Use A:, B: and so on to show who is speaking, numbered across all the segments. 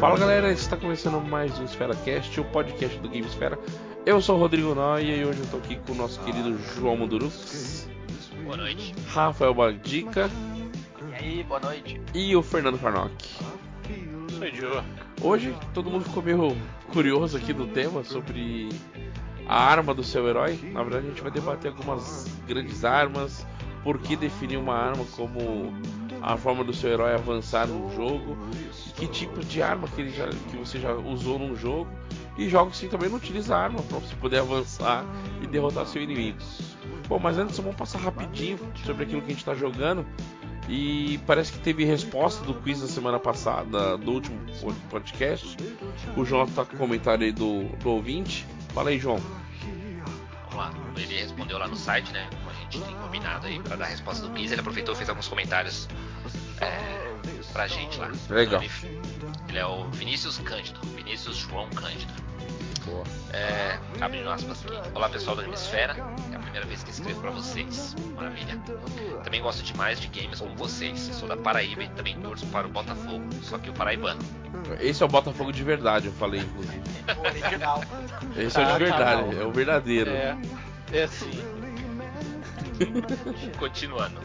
A: Fala galera, está começando mais um EsferaCast, o podcast do Gamesfera. Eu sou o Rodrigo Noia e hoje eu estou aqui com o nosso querido João Mundurux,
B: Boa noite.
A: Rafael Badica
B: E aí, boa noite.
A: e o Fernando Farnock.
B: Sou idiota.
A: Hoje todo mundo ficou meio curioso aqui do tema sobre a arma do seu herói. Na verdade, a gente vai debater algumas grandes armas, por que definir uma arma como a forma do seu herói avançar num jogo, e que tipo de arma que, ele já, que você já usou num jogo, e jogos que também não utiliza arma para você poder avançar e derrotar seu inimigo. Bom, mas antes vamos passar rapidinho sobre aquilo que a gente está jogando. E parece que teve resposta do quiz da semana passada, do último podcast. O João tá com o comentário aí do, do ouvinte. Fala aí, João.
B: Vamos lá. Ele respondeu lá no site, né? Como a gente tem combinado aí pra dar a resposta do quiz. Ele aproveitou e fez alguns comentários é, pra gente lá. Então,
A: Legal.
B: ele- Ele é o Vinícius Cândido. Vinícius João Cândido.
A: Boa.
B: É, abrindo aspas aqui. Olá pessoal da Hemisfera. É a primeira vez que escrevo pra vocês. Maravilha. Também gosto demais de games como vocês. Sou da Paraíba e também torço para o Botafogo. Só que o paraibano.
A: Esse é o Botafogo de verdade, eu falei, inclusive.
C: original.
A: Esse é o de verdade, é o verdadeiro.
D: Ah, tá É, é assim.
B: Continuando.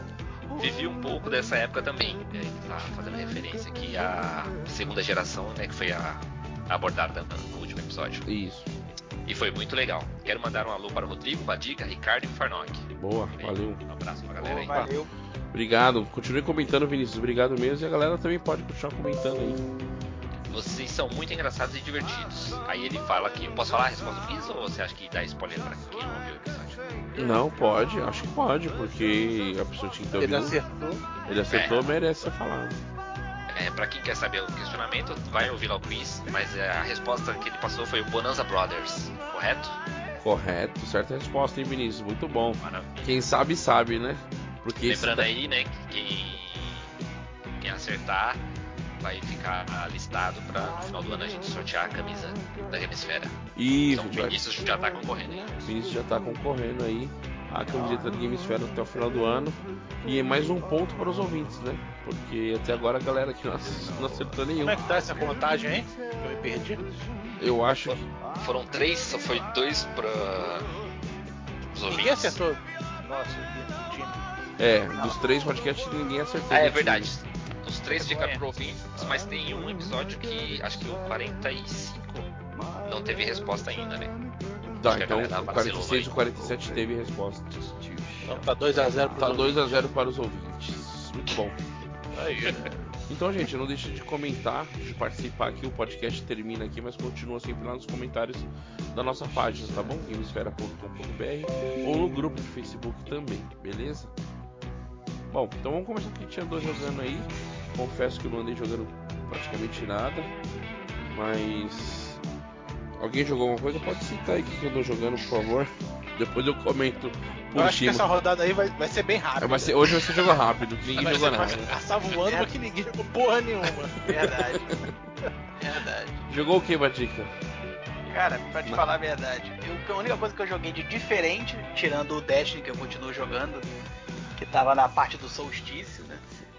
B: Vivi um pouco dessa época também. né? Ele tá fazendo referência aqui à segunda geração, né? Que foi a abordada no último episódio.
A: Isso.
B: E foi muito legal. Quero mandar um alô para o Rodrigo, Badica, Ricardo e Farnock.
A: Boa, valeu.
B: Um abraço pra galera aí.
C: Valeu.
A: Obrigado. Continue comentando, Vinícius. Obrigado mesmo. E a galera também pode continuar comentando aí.
B: Vocês são muito engraçados e divertidos. Aí ele fala que. Posso falar a resposta do Piso ou você acha que dá spoiler pra quem não ouviu o episódio?
A: Não, pode. Acho que pode, porque a pessoa tinha que ter
D: Ele
A: ouvido.
D: acertou.
A: Ele acertou,
B: É.
A: merece ser falado.
B: É, pra quem quer saber o questionamento, vai ouvir lá o quiz, mas é, a resposta que ele passou foi o Bonanza Brothers, correto?
A: Correto, certa resposta, hein, Vinícius? Muito bom.
B: Maravilha.
A: Quem sabe, sabe, né? Porque tá esse
B: Lembrando
A: da-
B: aí, né, que quem, quem acertar vai ficar listado pra no final do ano a gente sortear a camisa da Hemisfera.
A: Isso,
B: então o
A: vai-
B: Vinícius já tá concorrendo aí.
A: Vinícius já tá concorrendo aí à camiseta do Gamesfera até o final do ano. E é mais um ponto para os ouvintes, né? Porque até agora a galera aqui não acertou, não acertou nenhum.
D: Como é que tá essa contagem, hein? Eu me perdi.
A: Eu acho que.
B: Foram três, só foi dois pra os
D: Ninguém
B: ouvintes.
D: acertou. Nossa, eu perdi.
A: É, dos três podcasts ninguém acertou.
B: Ah, é
A: né,
B: verdade. Os três ficaram pro ouvintes, mas tem um episódio que acho que o 45 não teve resposta ainda, né?
A: time?
B: Acho
A: Tá,
B: que a
A: então
B: galera
A: o
B: vacilou
A: 46 e
B: aí.
A: o 47 teve resposta.
D: Então tá 2x0
A: Tá 2 a 0 para os ouvintes. Muito bom.
D: Aí.
A: Então, gente, não deixe de comentar, de participar aqui. O podcast termina aqui, mas continua sempre lá nos comentários da nossa página, tá bom? Gamesfera.com.br ou no grupo de Facebook também, beleza? Bom, então vamos começar com o que a gente andou jogando aí. Confesso que eu não andei jogando praticamente nada, mas. Alguém jogou alguma coisa? Pode citar aí o que que eu andou jogando, por favor. Depois eu comento
D: Eu
A: por
D: acho que essa
A: cima.
D: rodada aí vai, vai ser bem rápida.
A: Vai ser- né? hoje vai ser jogo rápido, ninguém
D: Vai
A: jogou
D: ser
A: nada.
D: pra passar voando porque ninguém jogou porra nenhuma.
C: Verdade. Verdade.
A: Jogou o que, Batica?
C: Cara, pra te falar a verdade, eu- a única coisa que eu joguei de diferente, tirando o Destiny, que eu continuo jogando, que tava na parte do solstício, né?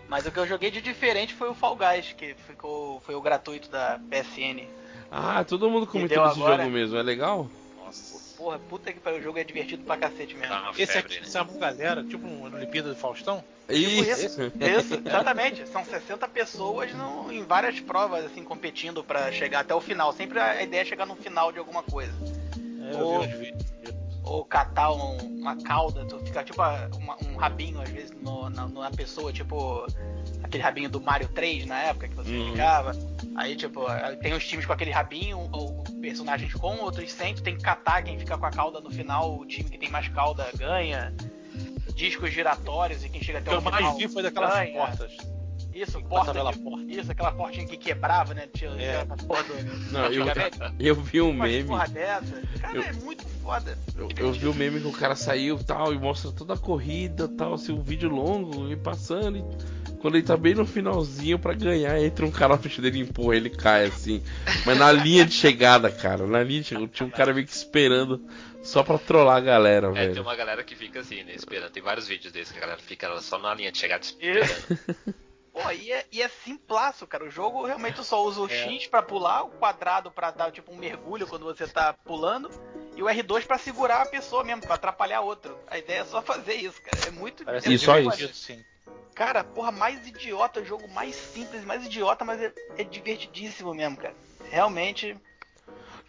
C: Mas o que eu joguei de diferente foi o Fall Guys, que ficou, foi o gratuito da PSN.
A: Ah, todo mundo comentou
C: Entendeu
A: desse
C: agora?
A: jogo mesmo, é legal?
B: Nossa,
C: Porra, puta que pariu, o jogo é divertido pra cacete mesmo.
B: tá uma
D: Esse
B: febre,
D: aqui
B: né?
D: sabe galera, tipo um Olimpíada do Faustão.
C: assim.
A: Isso.
C: Isso, exatamente. São 60 pessoas no- em várias provas, assim, competindo pra chegar até o final. Sempre a ideia é chegar no final de alguma coisa.
D: É, eu
C: Ô.
D: vi os vídeos.
C: ou catar um- uma cauda, tu fica tipo a- uma- um rabinho às vezes no- na, na pessoa, tipo aquele rabinho do Mario 3 na época que você
A: Uhum.
C: ficava. Aí, tipo, aí tem uns times com aquele rabinho, um, ou personagens com, outros sem, tu tem que catar quem fica com a cauda no final, o time que tem mais cauda ganha. Discos giratórios e quem
D: O
C: chega até
D: que
C: o
D: eu
C: final.
D: mais vi foi daquelas
C: ganha.
D: portas.
C: Isso,
D: Porta
C: porta.
D: pela
C: que-
D: porta.
C: Isso, aquela portinha que quebrava, né? Tinha
D: É.
C: aquela porra do.
A: Não, eu,
C: antigamente,
A: eu vi um
C: umas
A: meme.
C: porra dessa. Cara,
A: Eu-
C: é muito foda.
A: Eu, eu vi o meme um que o cara saiu tal, e mostra toda a corrida tal, assim, um vídeo longo e passando. E Quando ele tá bem no finalzinho pra ganhar, entra um cara na frente dele e empurra, ele cai assim. Mas na linha de chegada, cara, na linha de chegada, tinha um cara meio que esperando só pra trollar a galera,
B: É, tem
A: velho.
B: uma galera que fica assim, né, esperando. Tem vários vídeos desses que a galera fica ela só na linha de chegada esperando.
C: Pô, e é, e é simplaço, cara. O jogo realmente tu só usa o X pra pular, o quadrado pra dar tipo um mergulho quando você tá pulando, e o R2 pra segurar a pessoa mesmo, pra atrapalhar a outra. A ideia é só fazer isso, cara. É muito
D: Parece
C: é
A: E
D: que
C: muito
A: só
D: é
A: isso?
C: maneiro.
D: divertido, Sim.
C: Cara, porra, mais idiota, o jogo mais simples, mais idiota, mas é, é divertidíssimo mesmo, cara. Realmente,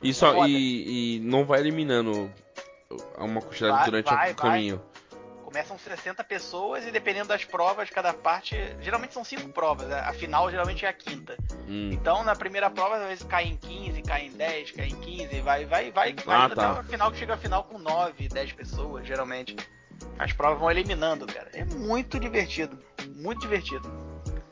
A: E, só,
C: Foda.
A: e, e não vai eliminando uma quantidade
C: Vai,
A: durante
C: vai,
A: o
C: vai.
A: caminho.
C: começam 60 pessoas e dependendo das provas, cada parte. Geralmente são cinco provas, a a final geralmente é a quinta.
A: Hum.
C: Então, na primeira prova, às vezes cai em 15, cai em 10, cai em 15, vai, vai, vai, vai
A: Ah,
C: indo
A: tá.
C: até o final que chega a final com 9, 10 pessoas, geralmente. As provas vão eliminando, cara. É muito divertido. Muito divertido.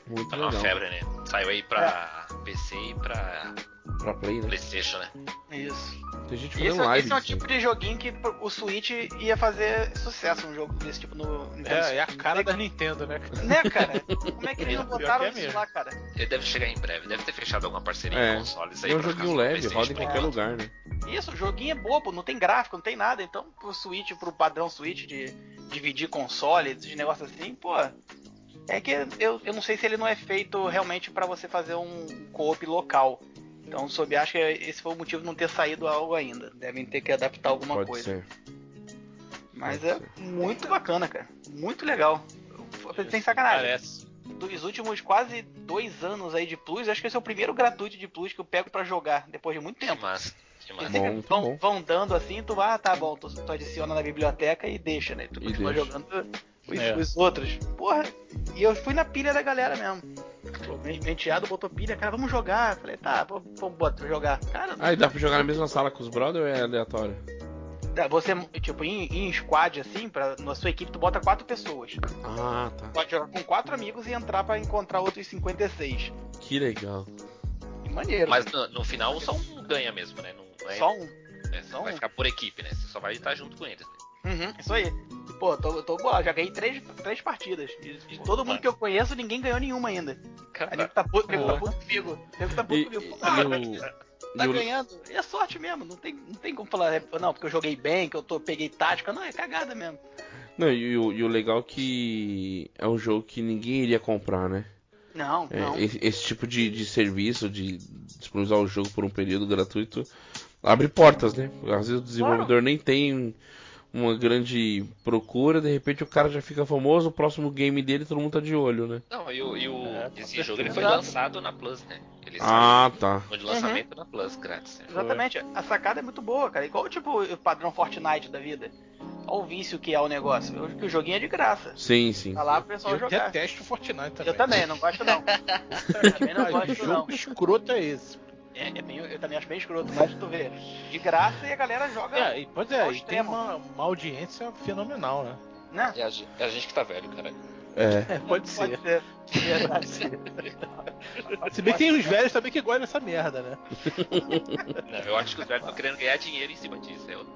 A: Muito
B: Tá numa
A: legal.
B: febre, né? Saiu aí pra PC e pra
A: Pra play, né?
B: Playstation, né?
C: Isso.
A: Tem gente
C: Esse,
A: fazendo live.
C: esse é um
A: disso. né?
C: tipo de joguinho que pô, o Switch ia fazer sucesso, um jogo desse tipo no Nintendo
D: É, é a cara
C: Switch.
D: da Nintendo, né? cara?
C: Né, cara? Como é que eles não
D: Pior que
C: botaram
D: é
C: isso
D: mesmo.
C: lá, cara?
B: Ele deve chegar em breve, deve ter fechado alguma parceria
A: É,
B: em consoles aí
A: É um
B: pra ficar
A: joguinho
B: só no
A: leve,
B: PlayStation É,
A: roda em
B: por
A: qualquer
B: enquanto.
A: lugar, né?
C: Isso, o joguinho é bobo, não tem gráfico, não tem nada. Então, pro Switch, pro padrão Switch de dividir console, esses negócios assim, pô. É que eu, eu não sei se ele não é feito realmente pra você fazer um co-op local. Então, soube, acho que esse foi o motivo de não ter saído algo ainda. Devem ter que adaptar alguma
A: Pode
C: coisa.
A: ser.
C: Mas
A: pode
C: é muito bacana, cara. Muito legal. Eu- Sem sacanagem
D: Parece.
C: dos últimos quase dois anos aí de Plus, acho que esse é o primeiro gratuito de Plus que eu pego pra jogar, depois de muito
B: Que
C: tempo.
B: massa, que
C: Eles
B: massa.
A: Bom,
C: sempre
A: muito
C: vão,
A: bom.
C: vão dando assim, tu vai, ah, tá bom, tu, tu adiciona na biblioteca e deixa, né? Tu
A: E
C: continua
A: deixa.
C: jogando os,
D: É.
C: os outros. Porra, e eu fui na pilha da galera mesmo. Me- Menteado botou pilha, cara, vamos jogar. Falei, tá, vamos, vamos botar- jogar. Cara,
A: Ah, e dá pra jogar na mesma sala com os brother ou é aleatório?
C: dá- você, tipo, em, em squad assim, pra, na sua equipe, tu bota quatro pessoas.
A: Ah, tá.
C: Pode jogar com quatro amigos e entrar pra encontrar outros 56.
A: Que legal.
C: Que maneiro.
B: Mas no, no final só um ganha mesmo, né? Não, não é,
C: Só um.
B: né? Você
C: só
B: não vai
C: um.
B: ficar por equipe, né? Você só vai estar junto com eles. Né?
C: Uhum, isso aí. Pô, tô, tô boa, já ganhei três, três partidas. E de todo
A: tá.
C: mundo que eu conheço, ninguém ganhou nenhuma ainda. Aí nego
B: Caralho.
C: tá puto, nego tá
A: Boa.
C: puto comigo. Nego tá
A: E,
C: puto
A: e,
C: comigo. Ah,
A: e o-
C: tá
A: e o-
C: ganhando. E é sorte mesmo, não tem, não tem como falar, é, não, porque eu joguei bem, que eu tô, peguei tática. Não, é cagada mesmo.
A: não, e o, e o legal é que é um jogo que ninguém iria comprar, né?
C: Não,
A: É,
C: não.
A: Esse, esse tipo de, de serviço, de disponibilizar o jogo por um período gratuito, abre portas, né? Às vezes o desenvolvedor nem tem uma grande procura, de repente o cara já fica famoso, o próximo game dele todo mundo tá de olho, né?
B: Não, e o, e o-
D: É, com
B: esse
D: certeza.
B: jogo ele foi lançado na Plus, né? Ele
A: tá. Ah, tá.
B: saiu de lançamento na Plus, grátis. né?
C: Exatamente, a sacada é muito boa, cara. Igual tipo o padrão Fortnite da vida. Olha o vício que é o negócio. Eu- que O joguinho é de graça.
A: Sim, sim.
C: Tá lá pro pessoal
D: Eu
C: jogar.
D: detesto o Fortnite também.
C: Eu também, não gosto não. Eu também não
D: Mas que
C: gosto não.
D: jogo escroto é esse?
C: É, é meio- eu também acho bem escroto, mas tu vê. De graça e a galera joga,
D: É, e, pois é,
C: Ao
D: e tem
C: extremo.
D: uma, uma audiência fenomenal, né?
C: né?
B: É a, ge- é a gente que tá velho, cara.
A: É.
D: É, pode
C: Pode
D: ser.
C: ser. Verdade.
D: Se bem que tem os velhos também que gostam dessa merda, né?
B: Não, eu acho que os velhos estão querendo ganhar dinheiro em cima disso. É outro-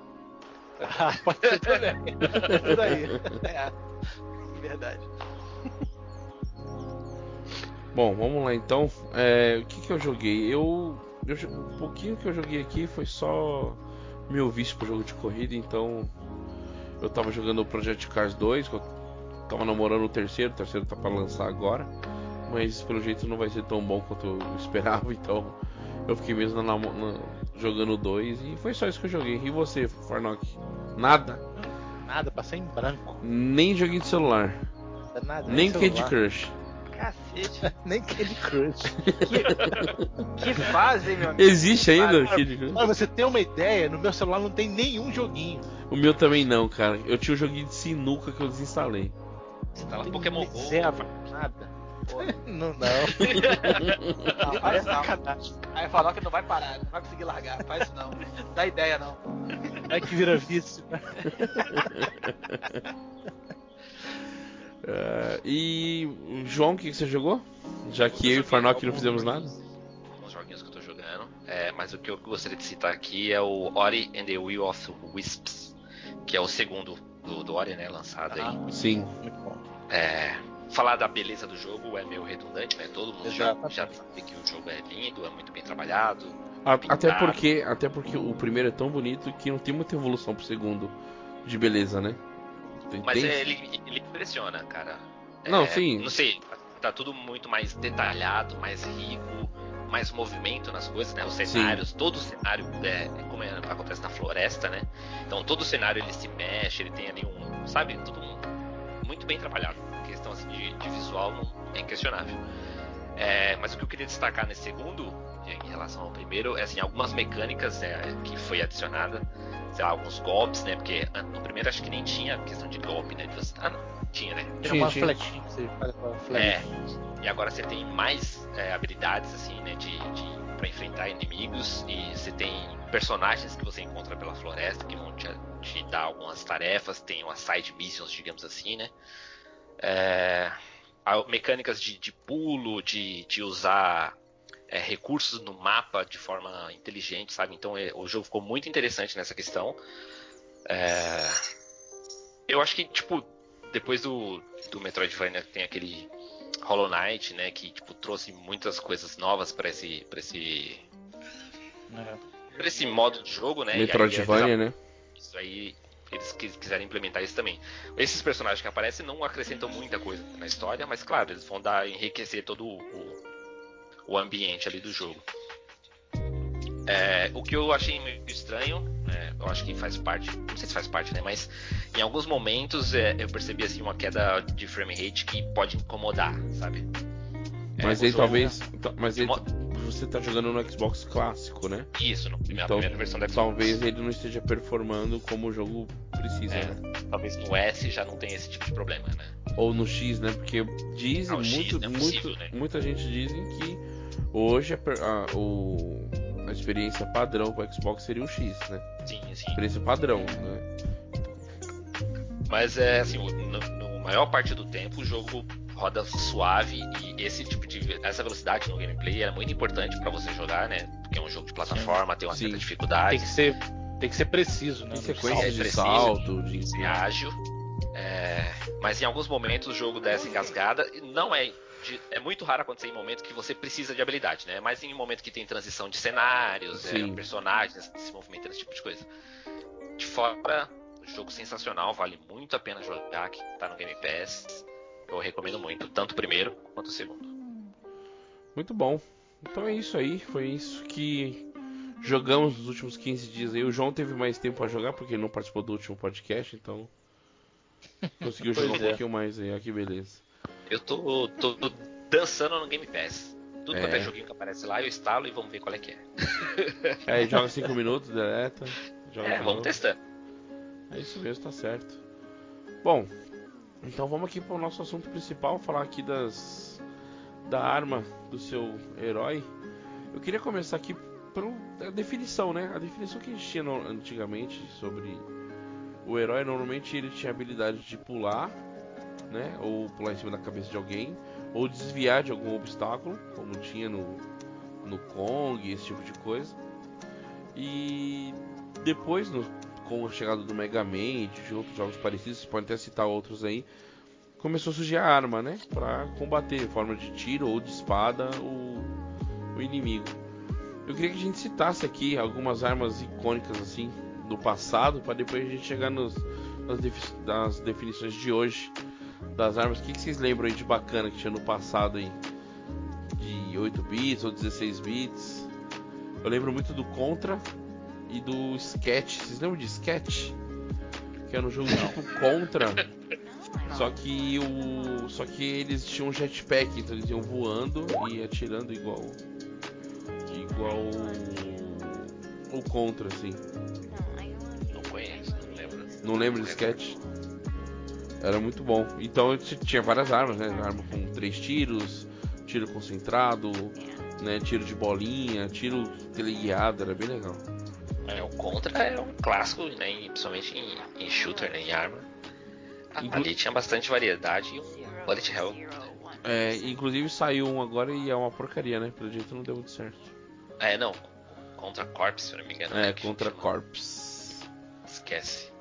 D: Ah, pode ser também. Por aí.
C: É. Verdade.
A: Bom, vamos lá então. É, o que, que eu joguei? Eu, eu jo- O pouquinho que eu joguei aqui foi só meu vício pro jogo de corrida, então eu tava jogando o Project Cars 2, que eu tava namorando o terceiro, o terceiro tá pra lançar agora, mas pelo jeito não vai ser tão bom quanto eu esperava, então eu fiquei mesmo na, namo- na- jogando o 2 e foi só isso que eu joguei. E você, Farnock? Nada.
D: Nada, passei em branco.
A: Nem joguei de celular.
D: Nada, é
A: nem Candy
D: celular.
A: Crush.
C: Cacete.
D: Nem Candy Crush.
C: Que fase, hein, meu amigo.
A: Existe ainda Candy Crush?
D: Mas você tem uma ideia, no meu celular não tem nenhum joguinho.
A: O meu também não, cara. Eu tinha um joguinho de sinuca que eu desinstalei.
B: Você tá lá
D: Tem
B: Pokémon
D: nem
B: Go.
D: Zero, nada.
C: Pô,
D: Não, não.
C: Não,
D: É
C: faz isso não.
D: sacanagem.
C: Aí falou que não vai parar, não vai conseguir largar. Faz isso não. Dá ideia não.
D: É que vira vício. né?
A: É, e João, o que, que você jogou? Já que eu e o Farnock não fizemos nada.
B: Alguns joguinhos que eu tô jogando. É, mas o que eu gostaria de citar aqui é o Ori and the Will of
A: Ah.
B: Wisps, que é o segundo do, do Ori, né? Lançado aí.
A: Sim.
D: Muito bom.
B: É, falar da beleza do jogo é meio redundante, né? Todo mundo já, já sabe que o jogo é lindo, é muito bem trabalhado.
A: A- até,
B: pintado.
A: porque, até porque o primeiro é tão bonito que não tem muita evolução pro segundo de beleza, né? Tem-
B: Mas
A: tem-
B: é, ele, ele impressiona, cara. É,
A: Não, sim.
B: Não sei, tá tudo muito mais detalhado, mais rico, mais movimento nas coisas, né? Os cenários, todo o cenário, é, como é, acontece na floresta, né? Então todo o cenário ele se mexe, ele tem ali um, sabe? Tudo um- muito bem trabalhado. A questão assim, de, de visual não- é inquestionável. É, mas o que eu queria destacar nesse segundo, em relação ao primeiro, é assim, algumas mecânicas é, que foi adicionada sei lá, alguns golpes, né? Porque ah, no primeiro acho que nem tinha questão de golpe, né? De você... Ah, não, tinha, né?
D: Tem
A: Sim,
D: uma
A: sim.
D: flechinha que você faz com a flecha.
B: É. E agora você tem mais é, habilidades, assim, né? De, de, pra enfrentar inimigos. E você tem personagens que você encontra pela floresta que vão te, te dar algumas tarefas. Tem umas side missions, digamos assim, né? É, há mecânicas de, de pulo, de, de usar é, recursos no mapa de forma inteligente, sabe? Então é, o jogo ficou muito interessante nessa questão. É, eu acho que, tipo, depois do, do Metroidvania tem aquele Hollow Knight, né? Que, tipo, trouxe muitas coisas novas pra esse, pra esse,
D: É.
B: pra esse modo de jogo, né? E aí,
A: Metroidvania, né?
B: isso aí eles quis- quiserem implementar isso também. Esses personagens que aparecem não acrescentam muita coisa na história, mas claro, eles vão dar enriquecer todo o, o- o ambiente ali do jogo. É, o que eu achei meio estranho, né, eu acho que faz parte, não sei se faz parte, né? Mas em alguns momentos é, eu percebi assim uma queda de frame rate que pode incomodar, sabe? É,
A: Mas
B: o
A: aí
B: jogo-
A: talvez. ta- Mas aí
B: Mo-
A: você tá jogando no Xbox clássico, né?
B: isso, no, na
A: Então,
B: primeira versão da Xbox.
A: Talvez ele não esteja performando como o jogo precisa,
B: É.
A: né?
B: talvez no S já não tenha esse tipo de problema, né?
A: Ou no X, né? Porque dizem
B: Ah, o X,
A: muito,
B: né? É
A: muito,
B: possível, né?
A: muita gente dizem que hoje a, per- a- o- a experiência padrão pro Xbox seria o X, né?
B: Sim, assim. sim.
A: Experiência padrão, né?
B: Mas é assim, o- no, no maior parte do tempo o jogo roda suave e esse tipo de essa velocidade no gameplay é muito importante pra você jogar, né? Porque é um jogo de plataforma, tem uma
A: Sim.
B: certa
D: Tem
B: dificuldade,
D: que ser, tem que ser preciso, né?
A: Tem
D: no
A: sequência
D: salto.
A: de
B: é preciso,
A: salto, de.
B: é ágil. é, mas em alguns momentos o jogo dá essa engasgada e não é de- é muito raro acontecer em momentos que você precisa de habilidade, né? Mas em um momento que tem transição de cenários, é,
A: Sim.
B: personagens se movimentando, esse tipo de coisa. De fora, um jogo sensacional, vale muito a pena jogar, que tá no Game Pass. Eu recomendo muito, tanto o primeiro quanto o segundo.
A: Muito bom. Então é isso aí. Foi isso que jogamos nos últimos 15 dias aí. O João teve mais tempo pra jogar porque ele não participou do último podcast, então. Conseguiu jogar
D: Pois
A: um
D: é.
A: pouquinho mais aí. Olha que beleza.
B: Eu tô, tô dançando no Game Pass. Tudo
A: É.
B: quanto é joguinho que aparece lá, eu instalo e vamos ver qual é que é.
A: Aí É, joga 5 minutos, deleta. Joga
B: É,
A: de
B: vamos
A: novo.
B: testando.
A: É isso mesmo, tá certo. Bom, então vamos aqui para o nosso assunto principal, falar aqui das da arma do seu herói. Eu queria começar aqui pela definição, né? A definição que a gente tinha no- antigamente sobre o herói, normalmente ele tinha a habilidade de pular, né? Ou pular em cima da cabeça de alguém, ou desviar de algum obstáculo, como tinha no, no Kong, esse tipo de coisa. E depois, no com a chegada do Mega Man e de outros jogos parecidos, vocês podem até citar outros aí, começou a surgir a arma, né? Pra combater em forma de tiro ou de espada o, o inimigo. Eu queria que a gente citasse aqui algumas armas icônicas assim do passado, para depois a gente chegar nos, nas, defi- nas definições de hoje das armas. O que, que vocês lembram aí de bacana que tinha no passado aí? De 8 bits ou 16 bits? Eu lembro muito do Contra, e do Sketch. Vocês lembram de Sketch? Que era um jogo tipo Contra. Só que o. Só que eles tinham um jetpack, então eles iam voando e atirando igual. Igual o. o Contra, assim.
B: Não conheço, não lembro.
A: Não lembro de Sketch? Era muito bom. Então t- tinha várias armas, né? Arma com três tiros, tiro concentrado, né? Tiro de bolinha, tiro teleguiado, era bem legal.
B: É, o Contra é um clássico, né? em- Principalmente em, em shooter, né? Em arma. Ah,
A: Inclu-
B: Ali tinha bastante variedade e um bullet hell.
A: É, inclusive saiu um agora e é uma porcaria, né? Pelo jeito não deu muito certo.
B: É, não. Contra Corps, se eu não me engano.
A: É,
B: né, que
A: contra
B: chama.
A: Corps.
B: Esquece.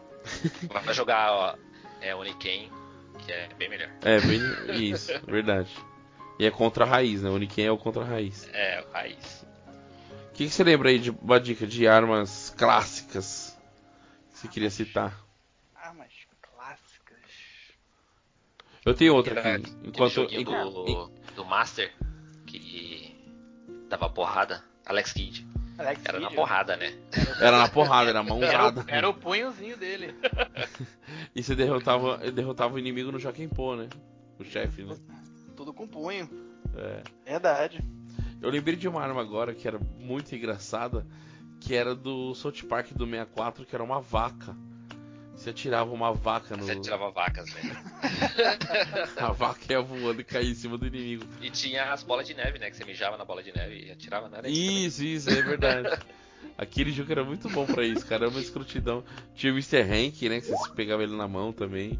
B: Vai jogar ó, é, Oniken, que é bem melhor.
A: É, bem isso, verdade. E é contra a raiz, né? O Uniken é o contra a raiz.
B: É, o raiz.
A: O que, que você lembra aí de uma dica de armas clássicas que você queria citar?
C: Armas Ah, clássicas.
A: Eu tenho outra
B: Aquele-
A: aqui.
B: aquele
A: Enquanto.
B: joguinho do, do Master que dava porrada. Alex Kidd.
C: Alex
B: Era na
C: Kidd,
B: porrada, né?
A: Era na porrada, era
C: Era,
A: mãozada.
C: o- era o punhozinho dele.
A: E você derrotava, derrotava o inimigo no Joaquim Pô, né? O chefe, né?
C: Tudo com punho.
A: É.
C: Verdade.
A: Eu lembrei de uma arma agora que era muito engraçada, que era do South Park do 64, que era uma vaca. Você atirava uma vaca no.
B: Você tirava vacas, né?
A: A vaca ia voando e caía em cima do inimigo.
B: E tinha as bolas de neve, né? Que você mijava na bola de neve e atirava na areia.
A: Isso, isso, é verdade. Aquele jogo era muito bom pra isso, cara. Era uma escrotidão. Tinha o Mr. Hank, né? Que você pegava ele na mão também.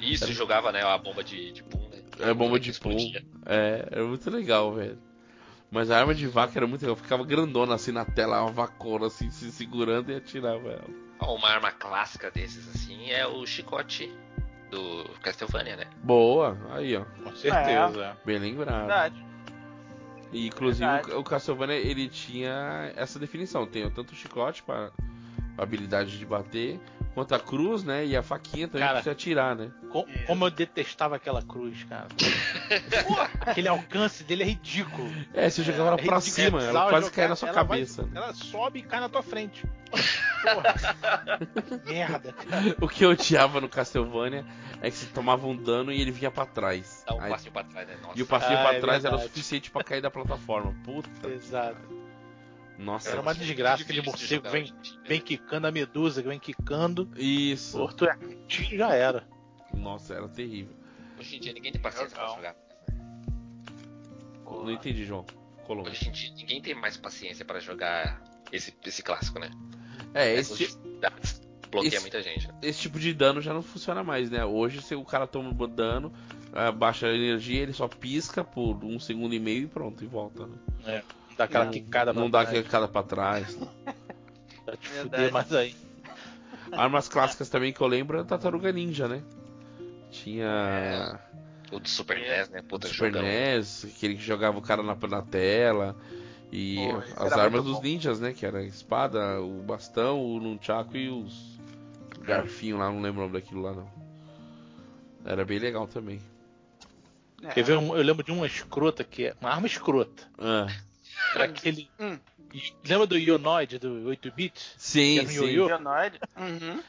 B: Isso, e jogava, né? A bomba de, de pum, né?
A: um É, bomba de pum.
B: Explodia.
A: É, era muito legal, velho. Mas a arma de vaca era muito legal. Ficava grandona assim na tela, uma vacona assim, se segurando e atirava ela.
B: Ó, Uma arma clássica desses, assim, é o chicote do Castlevania, né?
A: Boa, aí ó.
D: Com certeza.
A: Bem lembrado.
C: Verdade.
A: E, inclusive,
C: Verdade.
A: o Castlevania, ele tinha essa definição. Tem tanto o chicote para habilidade de bater, quanto a cruz, né? E a faquinha também
D: Cara.
A: pra você atirar, né?
D: Co- É. Como eu detestava aquela cruz, cara. Aquele alcance dele é ridículo.
A: É, você jogava ela
D: É
A: pra
D: ridículo.
A: cima,
D: É
A: ela
D: bizarro
A: quase
D: jogar,
A: caía na sua
D: ela vai-
A: cabeça. né?
D: ela sobe e cai na tua frente. Porra. Merda, cara.
A: O que eu odiava no Castlevania é que você tomava um dano e ele vinha pra trás.
B: Dá um
A: Aí-
B: passinho pra trás, né? Nossa.
A: E o passeio
D: Ah,
A: pra
D: é
A: trás era o
D: verdade.
A: suficiente pra cair da plataforma. Puta.
D: Exato.
A: Nossa.
D: Era uma
A: que-
D: desgraça, aquele
B: Difícil de
D: morcego
B: jogar
D: vem,
B: hoje em dia, né?
D: vem quicando, a medusa que vem quicando.
A: Isso.
D: Porto é quentinho, já era.
A: Nossa, era terrível.
B: Hoje em dia ninguém tem paciência pra
D: Legal.
B: jogar.
A: Não entendi, João. Colombo.
B: Hoje em dia ninguém tem mais paciência pra jogar esse, esse clássico, né?
A: É, esse,
B: Bloqueia
A: esse-
B: muita gente. né?
A: esse tipo de dano já não funciona mais, né? Hoje se o cara toma um dano, ah, baixa a energia, ele só pisca por um segundo e meio e pronto, e volta, né?
D: É, não dá aquela
A: não,
D: quicada
A: Não dá
D: pra trás,
A: aquele cara pra trás.
D: pra te
C: Verdade.
D: fuder mais aí.
A: Armas clássicas também que eu lembro é a Tartaruga Ninja, né? Tinha
B: O do Super NES, né? Puta,
A: Super
B: jogão.
A: NES, aquele que jogava o cara na, na tela. E
C: Pô, esse
A: as
C: era
A: armas
C: muito
A: dos
C: bom.
A: ninjas, né? Que era a espada, o bastão, o nunchaku e os garfinho lá, não lembro o nome daquilo lá não. Era bem legal também.
C: É.
D: Quer ver um- eu lembro de uma escrota que é. Uma arma escrota.
A: Ah,
D: Era aquele.
C: Hum.
D: Lembra do Ionoid do 8-bit?
A: sim,
D: Era um
A: sim.
D: ioiô?
C: Leonardo? Uhum.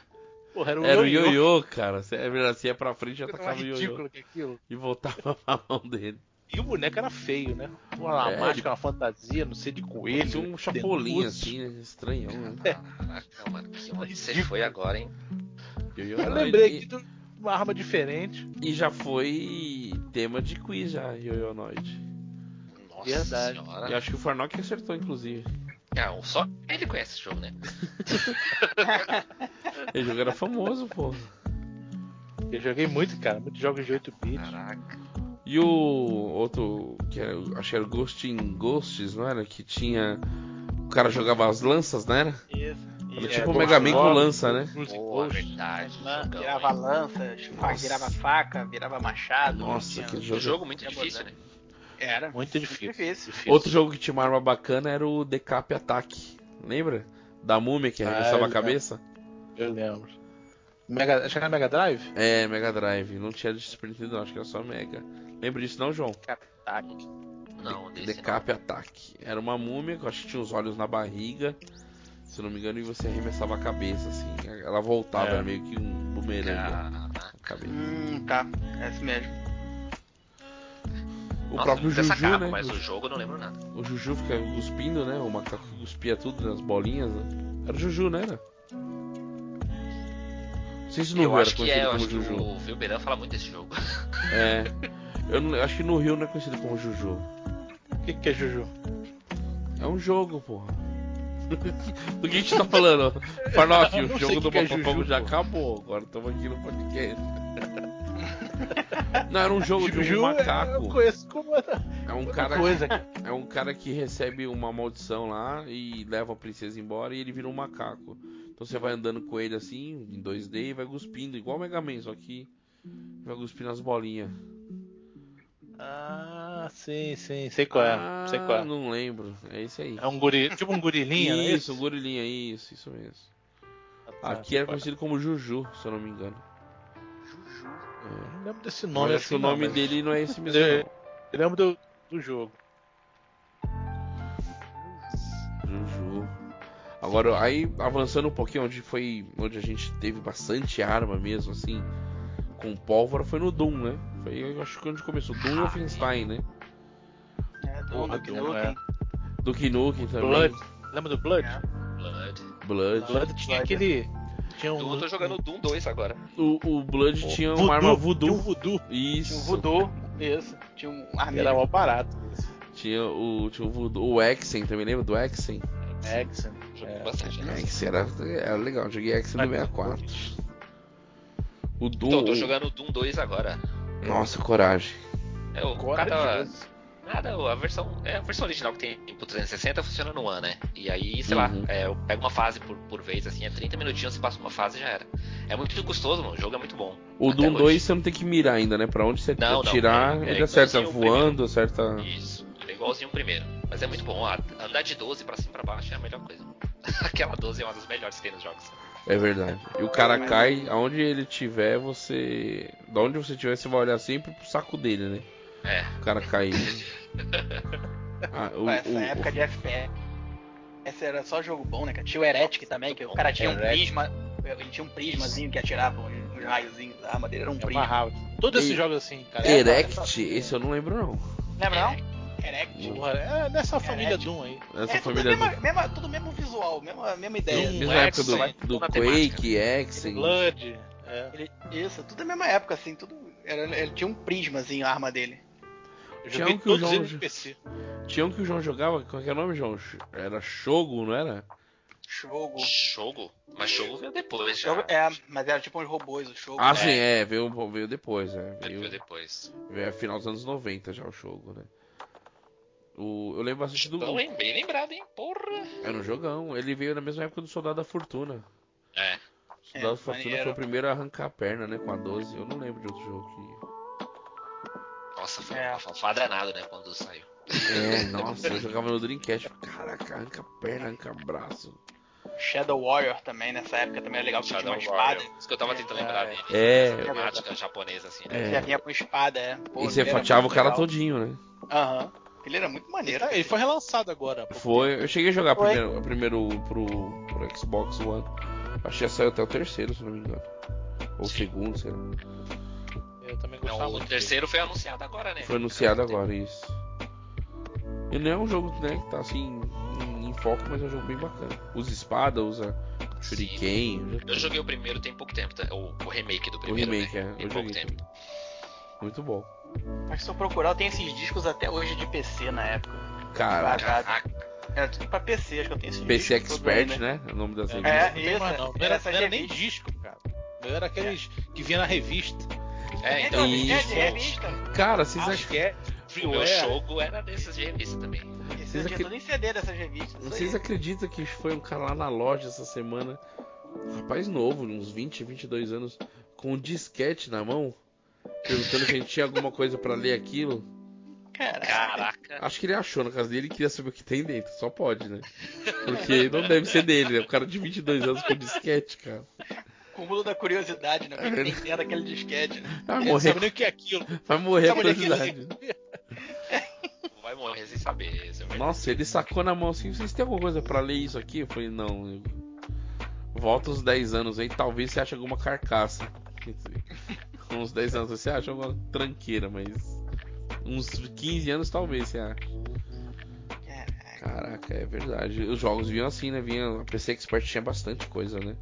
D: Porra, era o
A: Era o
D: ioiô.
A: ioiô, cara. Se é verdade, se ia pra frente, já
D: Coisa mais
A: tacava o ioiô.
D: ridículo que aquilo.
A: E voltava pra mão dele.
D: E o boneco era feio, né? Uma
A: É,
D: máscara, uma fantasia, não sei de coelho.
A: Parecia um
D: de
A: chapolim,
D: denúncia.
A: assim, né? Estranhão, né?
B: Caraca, mano, que onde você foi agora, hein?
A: É. Ioiô
D: Eu
A: não,
D: lembrei
A: e-
D: aqui de uma arma diferente.
A: E já foi tema de quiz já, Yoyo Noid.
B: Nossa
D: Verdade.
A: E
B: senhora.
A: acho que o Farnock acertou, inclusive.
B: Ah, só ele conhece esse jogo, né?
A: Ele jogo era famoso, pô.
D: Eu joguei muito, cara. Muitos jogos de 8-bit.
B: Caraca.
A: E o outro, que era, acho que era Ghost in Ghosts, não era? Que tinha. O cara jogava as lanças, não era?
C: Isso.
A: Era
C: Isso.
A: tipo
D: é,
A: o Mega Man
D: Ghost
A: com
D: Goblin.
A: lança, né?
D: Cruise
B: Boa,
D: Ghost.
B: verdade.
C: Lan-
B: jogão,
C: virava
B: hein?
C: lança, fa-
A: Nossa.
C: virava faca, virava machado.
A: Nossa,
C: tinha-
A: que
B: Um
A: jogo.
B: jogo muito
C: Tinha
B: difícil, né?
C: Era.
D: Muito difícil.
C: Difícil.
A: Outro jogo que tinha uma arma bacana era o Decap Attack. Lembra? Da múmia que
D: Ah,
A: arremessava a
D: eu
A: cabeça?
D: Eu lembro. Mega, acho que era Mega Drive?
A: É, Mega Drive. Não tinha de Super Nintendo, não. acho que era só Mega. Lembra disso, não, João?
B: Não,
A: De-
B: desse
A: Decap Attack. Era uma múmia que eu acho que tinha os olhos na barriga, se não me engano, e você arremessava a cabeça, assim. Ela voltava,
D: É.
A: era meio que um
B: não. Ah,
A: bumerangue.
B: Caraca.
A: a cabeça.
C: Hum, tá. É isso mesmo.
A: O
B: Nossa,
A: próprio
B: dessa
A: Juju,
B: capa,
A: né?
B: Mas
A: O,
B: o jogo eu não lembro nada.
A: o Juju fica cuspindo, né? O macaco cuspia tudo nas bolinhas, né? Era o Juju, né? Era? Não sei se no
B: eu
A: Rio era
B: acho que
A: conhecido
B: é, eu
A: como
B: acho que
A: Juju.
B: o Vilberan fala muito desse jogo.
A: É. Eu, não- eu acho que no Rio não é conhecido como Juju.
D: O que, que é Juju?
A: É um jogo, porra. Do que a gente tá falando? Farnock,
D: Eu
A: o
D: não
A: jogo
D: sei
A: do
D: o que é
A: Mapapago
D: Juju,
A: já
D: pô.
A: acabou. Agora estamos aqui no podcast. Não, era um jogo de um
D: Juju É, eu
A: macaco.
D: conheço como era.
A: É um cara,
D: coisa.
A: é um cara que recebe uma maldição lá e leva a princesa embora e ele vira um macaco. Então você vai andando com ele assim, em 2D, e vai cuspindo, igual o Mega Man, só que Vai cuspir nas bolinhas.
D: Ah, sim, sim. Sei qual é. sei qual
A: Ah,
D: é.
A: Não lembro. É isso aí.
D: É um guri, tipo um gurilinha, não é
A: isso,
D: isso?
A: gorilinha, isso, isso mesmo.
D: Ah,
A: Aqui era
D: qual é?
A: conhecido como Juju, se eu não me engano.
B: Juju.
A: É.
D: Não lembro desse
A: Mas
D: nome.
A: acho que o
D: assim, não,
A: nome
D: mas
A: dele não é esse mesmo.
D: É.
A: não.
D: Eu lembro do, do jogo.
A: Juju. Agora, aí avançando um pouquinho, onde foi. Onde a gente teve bastante arma mesmo, assim. Com pólvora foi no Doom, né? Foi eu acho que onde começou. Doom
D: Ah,
A: e Wolfenstein, né?
C: É, do
D: Porra,
C: Duke
D: que não é.
C: Nukem.
A: Do Nukem também.
D: Blood. Lembra do Blood?
C: É.
B: Blood.
A: Blood.
D: Blood tinha
C: Blood.
D: aquele. Tinha um.
B: Eu tô jogando Doom 2 agora.
A: O, o Blood
D: um-
A: tinha
D: voodoo,
A: uma arma
D: Tinha um
A: voodoo.
D: voodoo.
A: Isso.
C: Tinha um voodoo, isso. Tinha um
D: que Era
C: armeiro.
D: mó barato.
A: Tinha o, tinha o voodoo. O Exen também, lembra do Exen?
D: Exxon.
B: Joguei
D: É.
B: bastante. né?
A: Exen era, era legal, joguei Exen no 64. O Doom.
B: Então, eu tô jogando Doom 2 agora.
A: Nossa, coragem.
B: É, o cada,
D: Corajoso.
B: Nada, a versão, é, a versão original que tem pro 360 funciona no One, né? E aí, sei lá,
A: Uhum.
B: é, eu pego uma fase por, por vez, assim, é 30 minutinhos, você passa uma fase e já era. É muito custoso, mano, o jogo é muito bom.
A: O
B: Até
A: Doom
B: hoje.
A: 2 você não tem que mirar ainda, né? Pra onde você
B: Não, não,
A: tirar,
B: é- é
A: ele acerta
B: igualzinho o
A: voando, acerta.
B: Isso, é igualzinho o primeiro. Mas é muito bom, ó, andar de 12 pra cima e pra baixo é a melhor coisa. Aquela 12 é uma das melhores que tem nos jogos.
A: É verdade. E o cara cai, aonde ele tiver, você. Da onde você tiver, você vai olhar sempre pro saco dele, né?
B: É.
A: O cara caiu. Ah, o-
C: Essa
A: o-
C: época de FPS. Esse era só jogo bom, né, cara? Tinha o Heretic também, que o cara tinha um
D: Heretic.
C: prisma. Ele tinha um prismazinho que atirava uns raiozinhos da arma dele, era um
D: É uma
C: prisma.
D: raiva. Todos esses
A: E-
D: jogos assim, cara.
A: Erect, esse eu não lembro não.
C: Lembra não? Heretic.
D: Porra, é dessa família
C: Heretic.
D: Doom aí.
A: Essa
C: é,
A: família
C: tudo,
A: do.
C: mesma, mesma- tudo mesmo visual, mesma, mesma ideia.
D: Sim.
A: Mesma
B: Exen,
A: época
B: vai
A: do,
B: É, tudo
A: do
B: na
A: Quake, Exen.
D: Blood. É.
C: Ele- isso, tudo da mesma época, assim, tudo. Era, ele tinha um prismazinho a arma dele.
D: Eu
A: Tinha
D: joguei
A: um que
D: todos
A: o João-
D: eles no PC.
A: Tinha um que o João jogava, qual que é o nome, João? Era Shogo, não era?
C: Shogo.
B: Jogo? Mas jogo veio depois já.
C: Shogo é, mas era tipo uns robôs, o Shogo.
A: Ah, sim, é, veio, veio depois, é.
B: Veio
A: Veio,
B: depois.
A: veio a final dos anos 90 já o jogo, né? O, eu lembro bastante do.
B: Então, hein, bem lembrado, hein? Porra!
A: Era um jogão. Ele veio na mesma época do Soldado da Fortuna.
B: É.
A: Soldado da
C: É,
A: Fortuna
C: maneiro.
A: foi o primeiro a arrancar a perna, né? Com a 12. Eu não lembro de outro jogo
B: Nossa, foi
C: É.
B: um fafada danado, né? Quando saiu.
A: que. É, nossa, eu jogava no Dreamcast. Caraca, arranca a perna, arranca braço.
C: Shadow Warrior também, nessa época também era legal, porque tinha uma espada.
B: Isso que eu tava tentando lembrar
D: É.
B: dele.
A: É.
B: Essa temática japonesa, assim, né?
A: É.
C: Já vinha com espada, é. Pô,
A: E você
C: ele era
A: fatiava o
C: muito
A: cara
C: legal.
A: todinho, né?
C: Aham. Ele era muito
D: Ele,
C: maneiro.
D: tá- ele foi relançado agora. há pouco
A: Foi. Eu cheguei a jogar
C: Foi.
A: primeiro, primeiro pro, pro Xbox One. Acho que já saiu até o terceiro, se não me engano. Ou o segundo, sei lá.
D: tempo. Eu também gostava
B: Não, o
D: muito.
B: terceiro foi anunciado agora, né?
A: É. Foi anunciado agora, isso. E não é um jogo, né, que tá assim em, em foco, mas é um jogo bem bacana. Usa espada, usa shuriken, usa
B: Eu joguei o primeiro tem pouco tempo, tá? o, o remake do
A: o
B: primeiro.
A: remake,
B: né?
A: é.
B: Tem
A: Eu
B: pouco
A: joguei
B: tempo.
A: também. Muito bom.
C: Mas se eu procurar, tem esses discos até hoje de PC na época.
A: Cara,
B: Caraca,
C: Era tudo pra PC, acho que eu tenho esses
A: PC
C: discos todos aí,
A: Expert, né? É o nome das
D: É,
A: revistas.
C: É,
D: não tem mais
C: isso,
D: não. Não
C: era
D: era,
C: essa
D: não era nem
C: revista.
D: disco, cara. Não era aqueles que vinha na revista.
B: É,
C: É,
B: então,
C: de- é
A: isso.
C: de revista.
A: Cara, vocês
D: Acho
A: acham
D: que é.
B: o meu
D: Freeware.
B: jogo era desses de revista também.
C: Isso
A: Vocês
C: tinha
A: acre-
C: tudo em CD dessas revistas. isso
A: Vocês
C: aí.
A: acreditam que foi um cara lá na loja essa semana, um rapaz novo, uns 20, 22 anos, com um disquete na mão, perguntando se a gente tinha alguma coisa pra ler aquilo?
C: Caraca.
B: Caraca.
A: Acho que ele achou na casa dele e queria saber o que tem dentro, só pode, né? Porque não deve ser dele, né? O cara de 22 anos com disquete, cara.
C: Cúmulo da curiosidade, né? O que que tem dentro daquele disquete, né?
A: Vai
D: Não sabe
A: morrer,
D: nem o que é aquilo.
A: vai morrer a
D: sabe onde é que
A: curiosidade.
B: Vai morrer sem saber. Esse é o melhor.
A: Nossa, ele sacou na mão assim: vocês têm alguma coisa pra ler isso aqui? Eu falei: não, eu... volta uns 10 anos aí, talvez você ache alguma carcaça. Quer dizer, com uns 10 anos você acha alguma tranqueira, mas uns 15 anos talvez você ache.
C: Caraca.
A: Caraca, é verdade. Os jogos vinham assim, né? Vinha, a PC Expert tinha bastante coisa, né?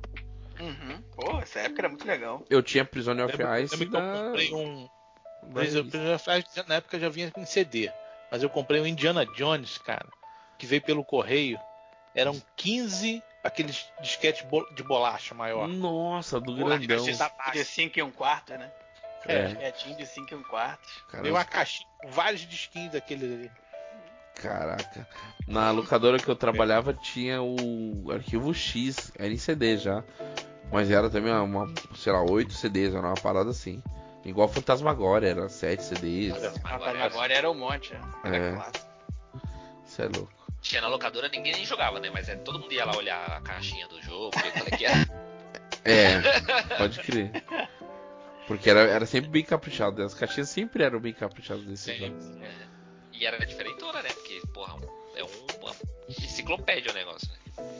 C: Uhum. Pô, essa época era muito legal.
A: Eu tinha Prisoner of
D: Lembra-
A: Ice
D: lembra que eu
A: da...
D: comprei um.
A: da
D: Mas eu,
A: revista.
D: eu já- na época já vinha em CD. Mas eu comprei um Indiana Jones, cara, que veio pelo correio. Eram 15 aqueles disquetes bol- de bolacha
A: Hum,
D: maior.
A: Nossa, do
D: Porra,
A: grandão.
D: que
C: De 5 e 1 quarto, né?
A: É,
C: Disquetinho de 5 e 1 quarto.
A: cara,
D: Veio uma caixinha com vários disquinhos daqueles ali.
A: caraca. Na locadora que eu trabalhava tinha o arquivo X, era em CD já. Mas era também uma, uma, sei lá, 8 CDs, era uma parada assim. Igual Fantasmagória, era 7 CDs.
B: Olha.
C: Ah, tá, Agora era um monte. Era
A: É.
C: clássico.
A: Isso é louco.
B: Tinha na locadora, ninguém nem jogava, né? Mas é, todo mundo ia lá olhar a caixinha do jogo, ver qual é que era.
A: É, pode crer. Porque era, era sempre bem caprichado. né? As caixinhas sempre eram bem caprichadas nesse jogo.
B: É. E era diferentona, né? Porque, porra, é um- uma enciclopédia o negócio, né?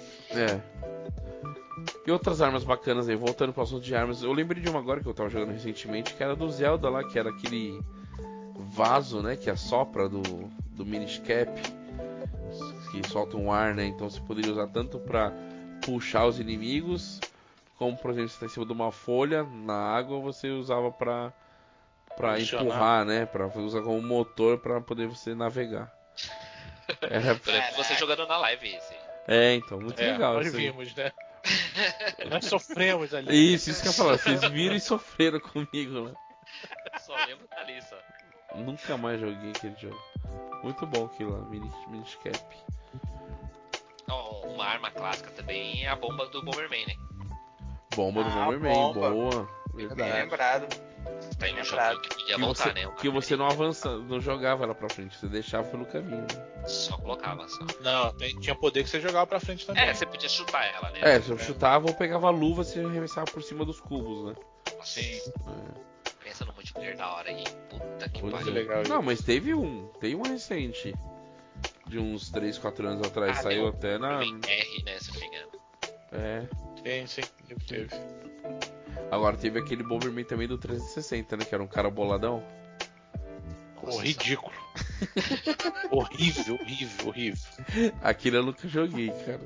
A: É. E outras armas bacanas aí, voltando para assunto de armas. Eu lembrei de uma agora que eu tava jogando recentemente, que era do Zelda lá, que era aquele vaso, né, que assopra do, do Minish Cap, que solta um ar, né? Então você poderia usar tanto para puxar os inimigos, como por exemplo, você tá em cima de uma folha na água, você usava para para
D: Puxar, né?
A: empurrar, né, para usar como motor para poder você navegar. Era...
B: Eu lembro de
C: Caraca.
B: você jogando na live esse.
A: É, então, muito
D: É,
A: legal
D: nós
A: isso aí.
D: vimos, né? nós sofremos ali.
A: Isso, isso que eu ia falar. Vocês viram e sofreram comigo, né?
B: Só lembro da lista.
A: Nunca mais joguei aquele jogo. Muito bom aquilo lá, mini, Miniscap.
B: Ó, uma arma clássica também é a bomba do Bomberman, né?
A: Bomba do
C: Ah,
A: Bomberman,
C: bomba.
A: boa.
C: Bem
A: Verdade.
C: lembrado.
B: Tá em um
C: Lembrado.
B: jogo que podia
A: Que
B: voltar,
A: você,
B: né? Um
A: que você não avança, não jogava lá pra frente, você deixava pelo caminho. né?
B: Só colocava, só.
D: Não, tem- tinha poder que você jogava pra frente também.
B: É, você podia chutar ela, né?
A: É, se eu chutava ou pegava a luva, você arremessava por cima dos cubos, né?
B: Nossa,
D: Sim,
B: Pensa no multiplayer da hora aí. Puta que
A: Muito
D: muito
B: pariu.
D: legal.
A: Não, mas teve um, tem um recente. De uns 3, 4 anos atrás,
B: Ah,
A: saiu
B: tem um
A: até na.
B: Bomberman R, né? Se eu não me engano.
A: É.
D: Tem, sim, teve.
A: Agora teve aquele Bomberman também do 360, né? Que era um cara boladão.
D: Pô, ridículo. horrível, horrível, horrível.
A: Aquilo eu nunca joguei, cara.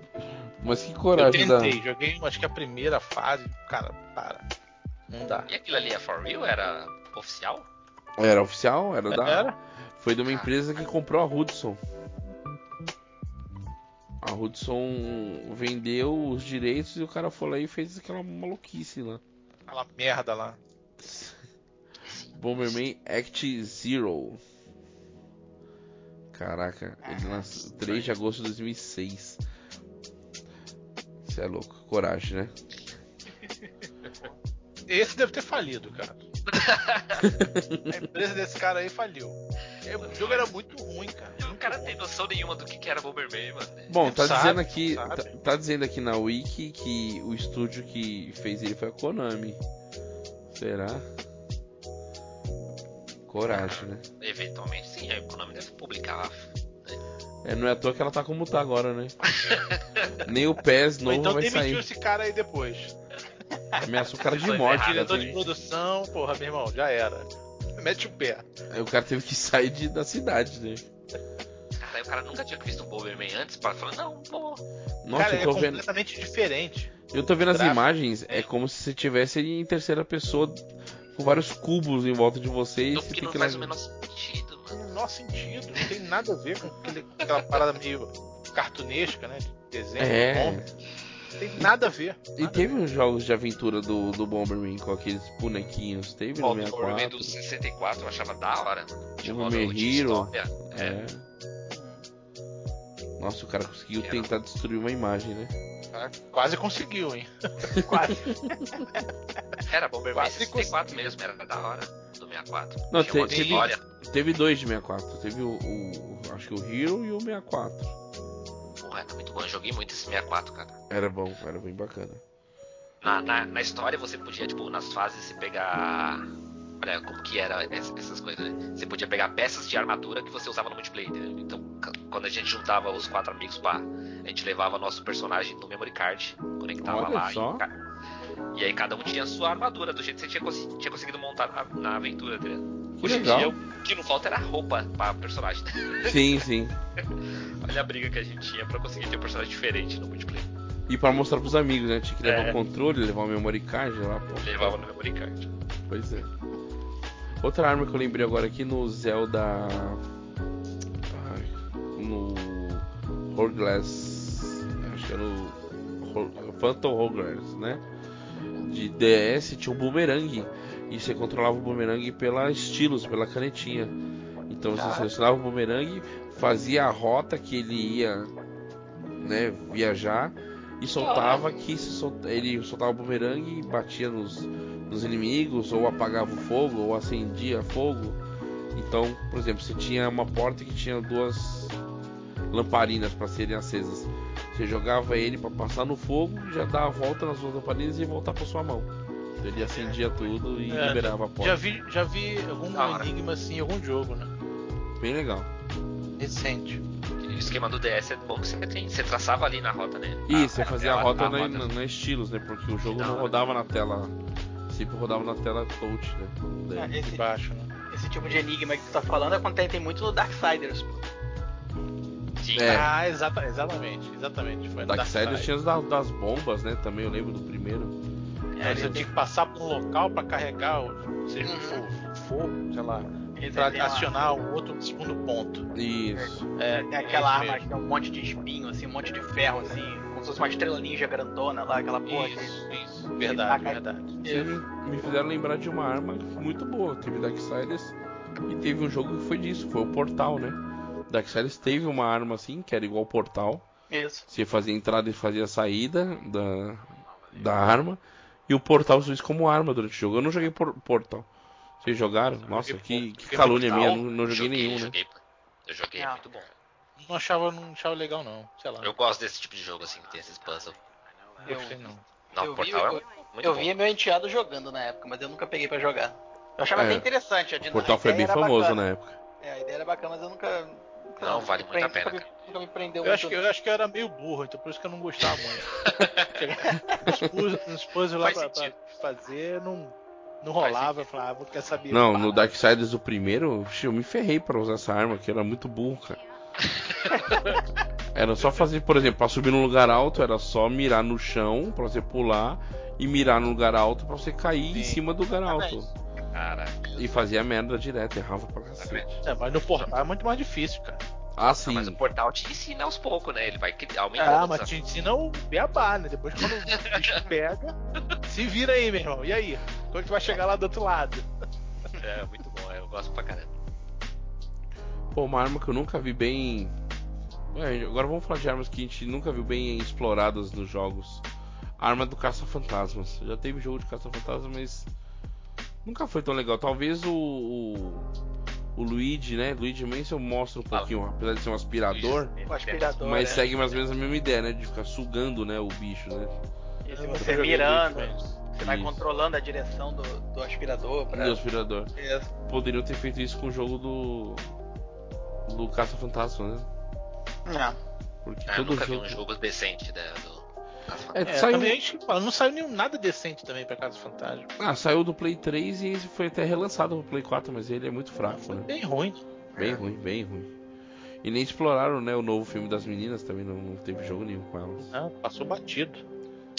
A: Mas que
D: Eu
A: coragem da.
D: tentei, joguei acho que a primeira fase, cara, para. Não dá.
B: E aquilo ali é for real? Era oficial?
A: Era oficial? Era da.
D: Era?
A: Foi de uma empresa que comprou a Hudson. A Hudson vendeu os direitos e o cara foi lá e fez aquela maluquice lá.
D: Aquela merda lá.
A: Bomberman Act Zero. Caraca, ele
C: Ah,
A: nasceu 3 de agosto de 2006. Você é louco, coragem, né?
D: Esse deve ter falido, cara. a empresa desse cara aí faliu. É, O jogo era muito ruim, cara.
B: O cara tem noção nenhuma do que que era Bomberman, mano. né?
A: Bom, tá
D: É, Sabe,
A: dizendo aqui,
D: sabe.
A: tá, tá dizendo aqui na wiki que o estúdio que fez ele foi a Konami. Será? Coragem, né?
B: Eventualmente, sim, aí o Konami deve publicar.
A: É, não é à toa que ela tá como tá agora, né? Nem o PES
D: Ou
A: novo
D: então
A: vai
D: demitiu
A: sair.
D: esse cara aí depois.
A: Ameaçou o cara de
B: Foi
A: morte. né? cara.
D: Diretor de produção, porra, meu irmão, já era. Mete o pé.
A: Aí O cara teve que sair de- da cidade, né?
B: Cara, aí o cara nunca tinha visto o Bomberman antes para falar, não, pô.
A: Nossa,
D: cara,
A: eu
D: é
A: tô vendo.
D: completamente diferente.
A: Eu tô vendo as
D: gráfico.
A: imagens, é como se você tivesse em terceira pessoa com vários cubos em volta de você e
B: Então,
A: você
B: porque
A: tem
B: não
A: que
B: faz o
A: nav-
B: menor sentido, mano.
D: Não tem o menor sentido. Não tem nada a ver com aquele- aquela parada meio cartunesca, né? De desenho,
A: É.
D: de bomba. Não tem nada a ver.
A: E
D: Nada
A: teve uns jogos de aventura do, do Bomberman com aqueles bonequinhos, teve
B: Bom,
A: no
B: o Bomberman do
A: 64.
B: 64 eu achava da hora, mano. Tinha um
A: Bomberman
B: modo de
A: Hero.
B: história. É.
A: É. Uhum. Nossa, o cara conseguiu
B: Era.
A: tentar destruir uma imagem, né?
D: Cara, Quase conseguiu, hein?
C: Quase.
B: É, Era Bomberman
D: Quase
B: 64 mesmo, era da hora. Do 64.
A: Não,
B: Tinha um modo
A: teve-
B: história.
A: Teve dois de 64, teve o, o- acho que o Hero e o 64.
B: Porra, tá muito bom. Eu joguei muito esse 64, cara.
A: Era bom, era bem bacana.
B: Na, na, na história você podia, tipo, nas fases se pegar. Olha, como que era ess- essas coisas, né? Você podia pegar peças de armadura que você usava no multiplayer. entendeu? Então, c- quando a gente juntava os quatro amigos, pá, a gente levava nosso personagem no memory card, conectava
A: Olha
B: lá.
A: só.
B: E, ca- e aí cada um tinha a sua armadura, do jeito que você tinha, cons- tinha conseguido montar na, na aventura, entendeu?
A: Que
B: Hoje em
A: legal.
B: dia, o que não falta era roupa pra personagem. né?
A: Sim, sim.
B: Olha a briga que a gente tinha pra conseguir ter um personagem diferente no multiplayer.
A: E pra mostrar pros amigos, né? Tinha que levar
B: É.
A: o controle, levar o memory card lá, pô.
B: Levava no memory card.
A: Pois é. Outra arma que eu lembrei agora aqui no Zelda. Ai, no. Hourglass. Acho que era no. Hor- Phantom Hourglass, né? De DS tinha um boomerang. E você controlava o boomerang pela estilos, pela canetinha. Então você
C: Caraca.
A: selecionava o boomerang, fazia a rota que ele ia né, viajar e soltava que se sol- ele soltava o bumerangue e batia nos, dos inimigos, ou apagava o fogo, ou acendia fogo. Então, por exemplo, você tinha uma porta que tinha duas lamparinas para serem acesas. Você jogava ele para passar no fogo, já dar a volta nas duas lamparinas e voltar para sua mão. Então, ele acendia tudo e
D: É,
A: liberava a porta.
D: Já vi, já vi algum
B: Da hora.
D: enigma assim em algum jogo, né?
A: Bem legal.
D: Recente.
B: E o esquema do DS é bom que você tem. Você traçava ali na rota, né?
A: Isso, você
B: Ah,
A: fazia a
B: aquela-
A: rota na, na, na estilos, né? Porque o jogo
B: Da
A: não
B: hora.
A: rodava na tela. Sempre rodava na tela touch, né? Daí-
C: Esse,
D: De baixo, né?
C: esse tipo de enigma que tu tá falando acontece tem muito no Darksiders. pô.
B: Sim,
A: É.
D: Ah, exata, exatamente, exatamente. Foi no
A: Darksiders
D: Darksiders.
A: tinha os da- das bombas, né? Também eu lembro do primeiro.
B: é,
D: Você tinha que passar por um local pra carregar, o- seja o fogo, fogo, sei lá,
C: Esse
D: pra
C: tem uma-
D: acionar o outro segundo ponto.
A: Isso.
D: É,
C: Tem aquela
D: isso
C: arma
D: mesmo.
C: que é um monte de espinho, assim, um monte de ferro, assim, como se fosse uma estrela ninja grandona lá, aquela porra. que-
D: Isso, isso. Verdade,
C: Ele
D: verdade.
A: Vocês me me fizeram lembrar de uma arma muito boa. Teve Darksiders e teve um jogo que foi disso, foi o Portal, né? Darksiders teve uma arma assim, que era igual o Portal.
C: é Isso.
A: Você fazia entrada e fazia saída da, da arma. E o Portal se usa como arma durante o jogo. Eu não joguei por, Portal. Vocês jogaram? Nossa, que, que calúnia minha, não, não joguei nenhum, né?
B: Joguei, pô. eu joguei,
C: Ah.
B: muito bom.
D: Não achava, não achava legal, não. Sei lá.
B: Eu gosto desse tipo de jogo, assim, que tem esses puzzles.
D: não gostei, não.
B: Não,
C: Eu
B: o
C: vi-
B: portal
C: eu-
B: é muito
C: Eu
B: bom.
C: via meu enteado jogando na época, mas eu nunca peguei pra jogar. Eu achava
A: É.
C: bem interessante a
A: O
C: dinâmica.
A: Portal foi
C: a
A: bem
C: ideia era
A: famoso
C: bacana.
A: na época.
C: É, a ideia era bacana, mas eu nunca. nunca-
B: Não, vale
C: nunca me
B: muito a pena,
C: Nunca, me- nunca me prendeu
D: Eu acho, que,
C: muito.
D: eu acho que eu era meio burro, então por isso que eu não gostava muito. Os puzzles- Os puzzles lá
B: Faz
D: pra, pra
B: sentido.
D: fazer não, não
B: Faz
D: rolava. Eu falava, ah, vou quer saber.
A: Não,
D: pá,
A: no Darksiders o primeiro, oxe, eu me ferrei pra usar essa arma, que era muito burro, cara. Era só fazer, por exemplo, pra subir num lugar alto, era só mirar no chão pra você pular e mirar num lugar alto pra você cair em
D: Sim.
A: cima do lugar alto.
B: Caraca.
A: E fazia merda direto, errava pra cacete.
D: É, mas no portal é muito mais difícil, cara.
A: Ah, sim.
B: Mas o portal te ensina aos poucos, né? Ele vai cri- aumentando
D: Ah,
B: os
D: mas te ensina o beabá, né? Depois quando o bicho pega, se vira aí, meu irmão. E aí? Quando que vai chegar lá do outro lado?
B: desafios. É, muito bom, eu gosto pra caramba.
A: Pô, uma arma que eu nunca vi bem. Ué, agora vamos falar de armas que a gente nunca viu bem exploradas nos jogos. A Arma do caça-fantasmas. Já teve jogo de caça-fantasmas, mas nunca foi tão legal. Talvez o, o, o Luigi, né? Luigi Mansion mostra um
B: Fala.
A: pouquinho, apesar de ser um aspirador,
B: Isso,
C: O aspirador.
A: mas é
C: né?
A: segue mais ou menos a mesma ideia, né? De ficar sugando, né, o bicho, né?
C: E se
D: Eu
C: você
D: joguei
C: mirando,
D: muito, mas-
C: você vai
A: Isso.
C: controlando a direção do, do aspirador pra.
A: Do aspirador.
C: Isso.
A: Poderiam ter feito isso com o jogo do. Do caça-fantasma, né?
C: Não.
A: Porque
B: Ah, eu
A: todo
B: nunca
A: jogo.
B: vi um jogo decente né, do... das
A: É,
D: É,
A: saiu-
D: também acho que, mano, não saiu nenhum nada decente também pra Casa do Fantasma.
A: Ah, saiu do Play 3 e esse foi até relançado pro Play 4, mas ele é muito fraco,
D: Foi
A: né?
D: bem ruim.
A: Bem ruim, bem ruim. E nem exploraram, né, o novo filme das meninas, também não, não teve jogo nenhum com elas.
D: né? Passou batido.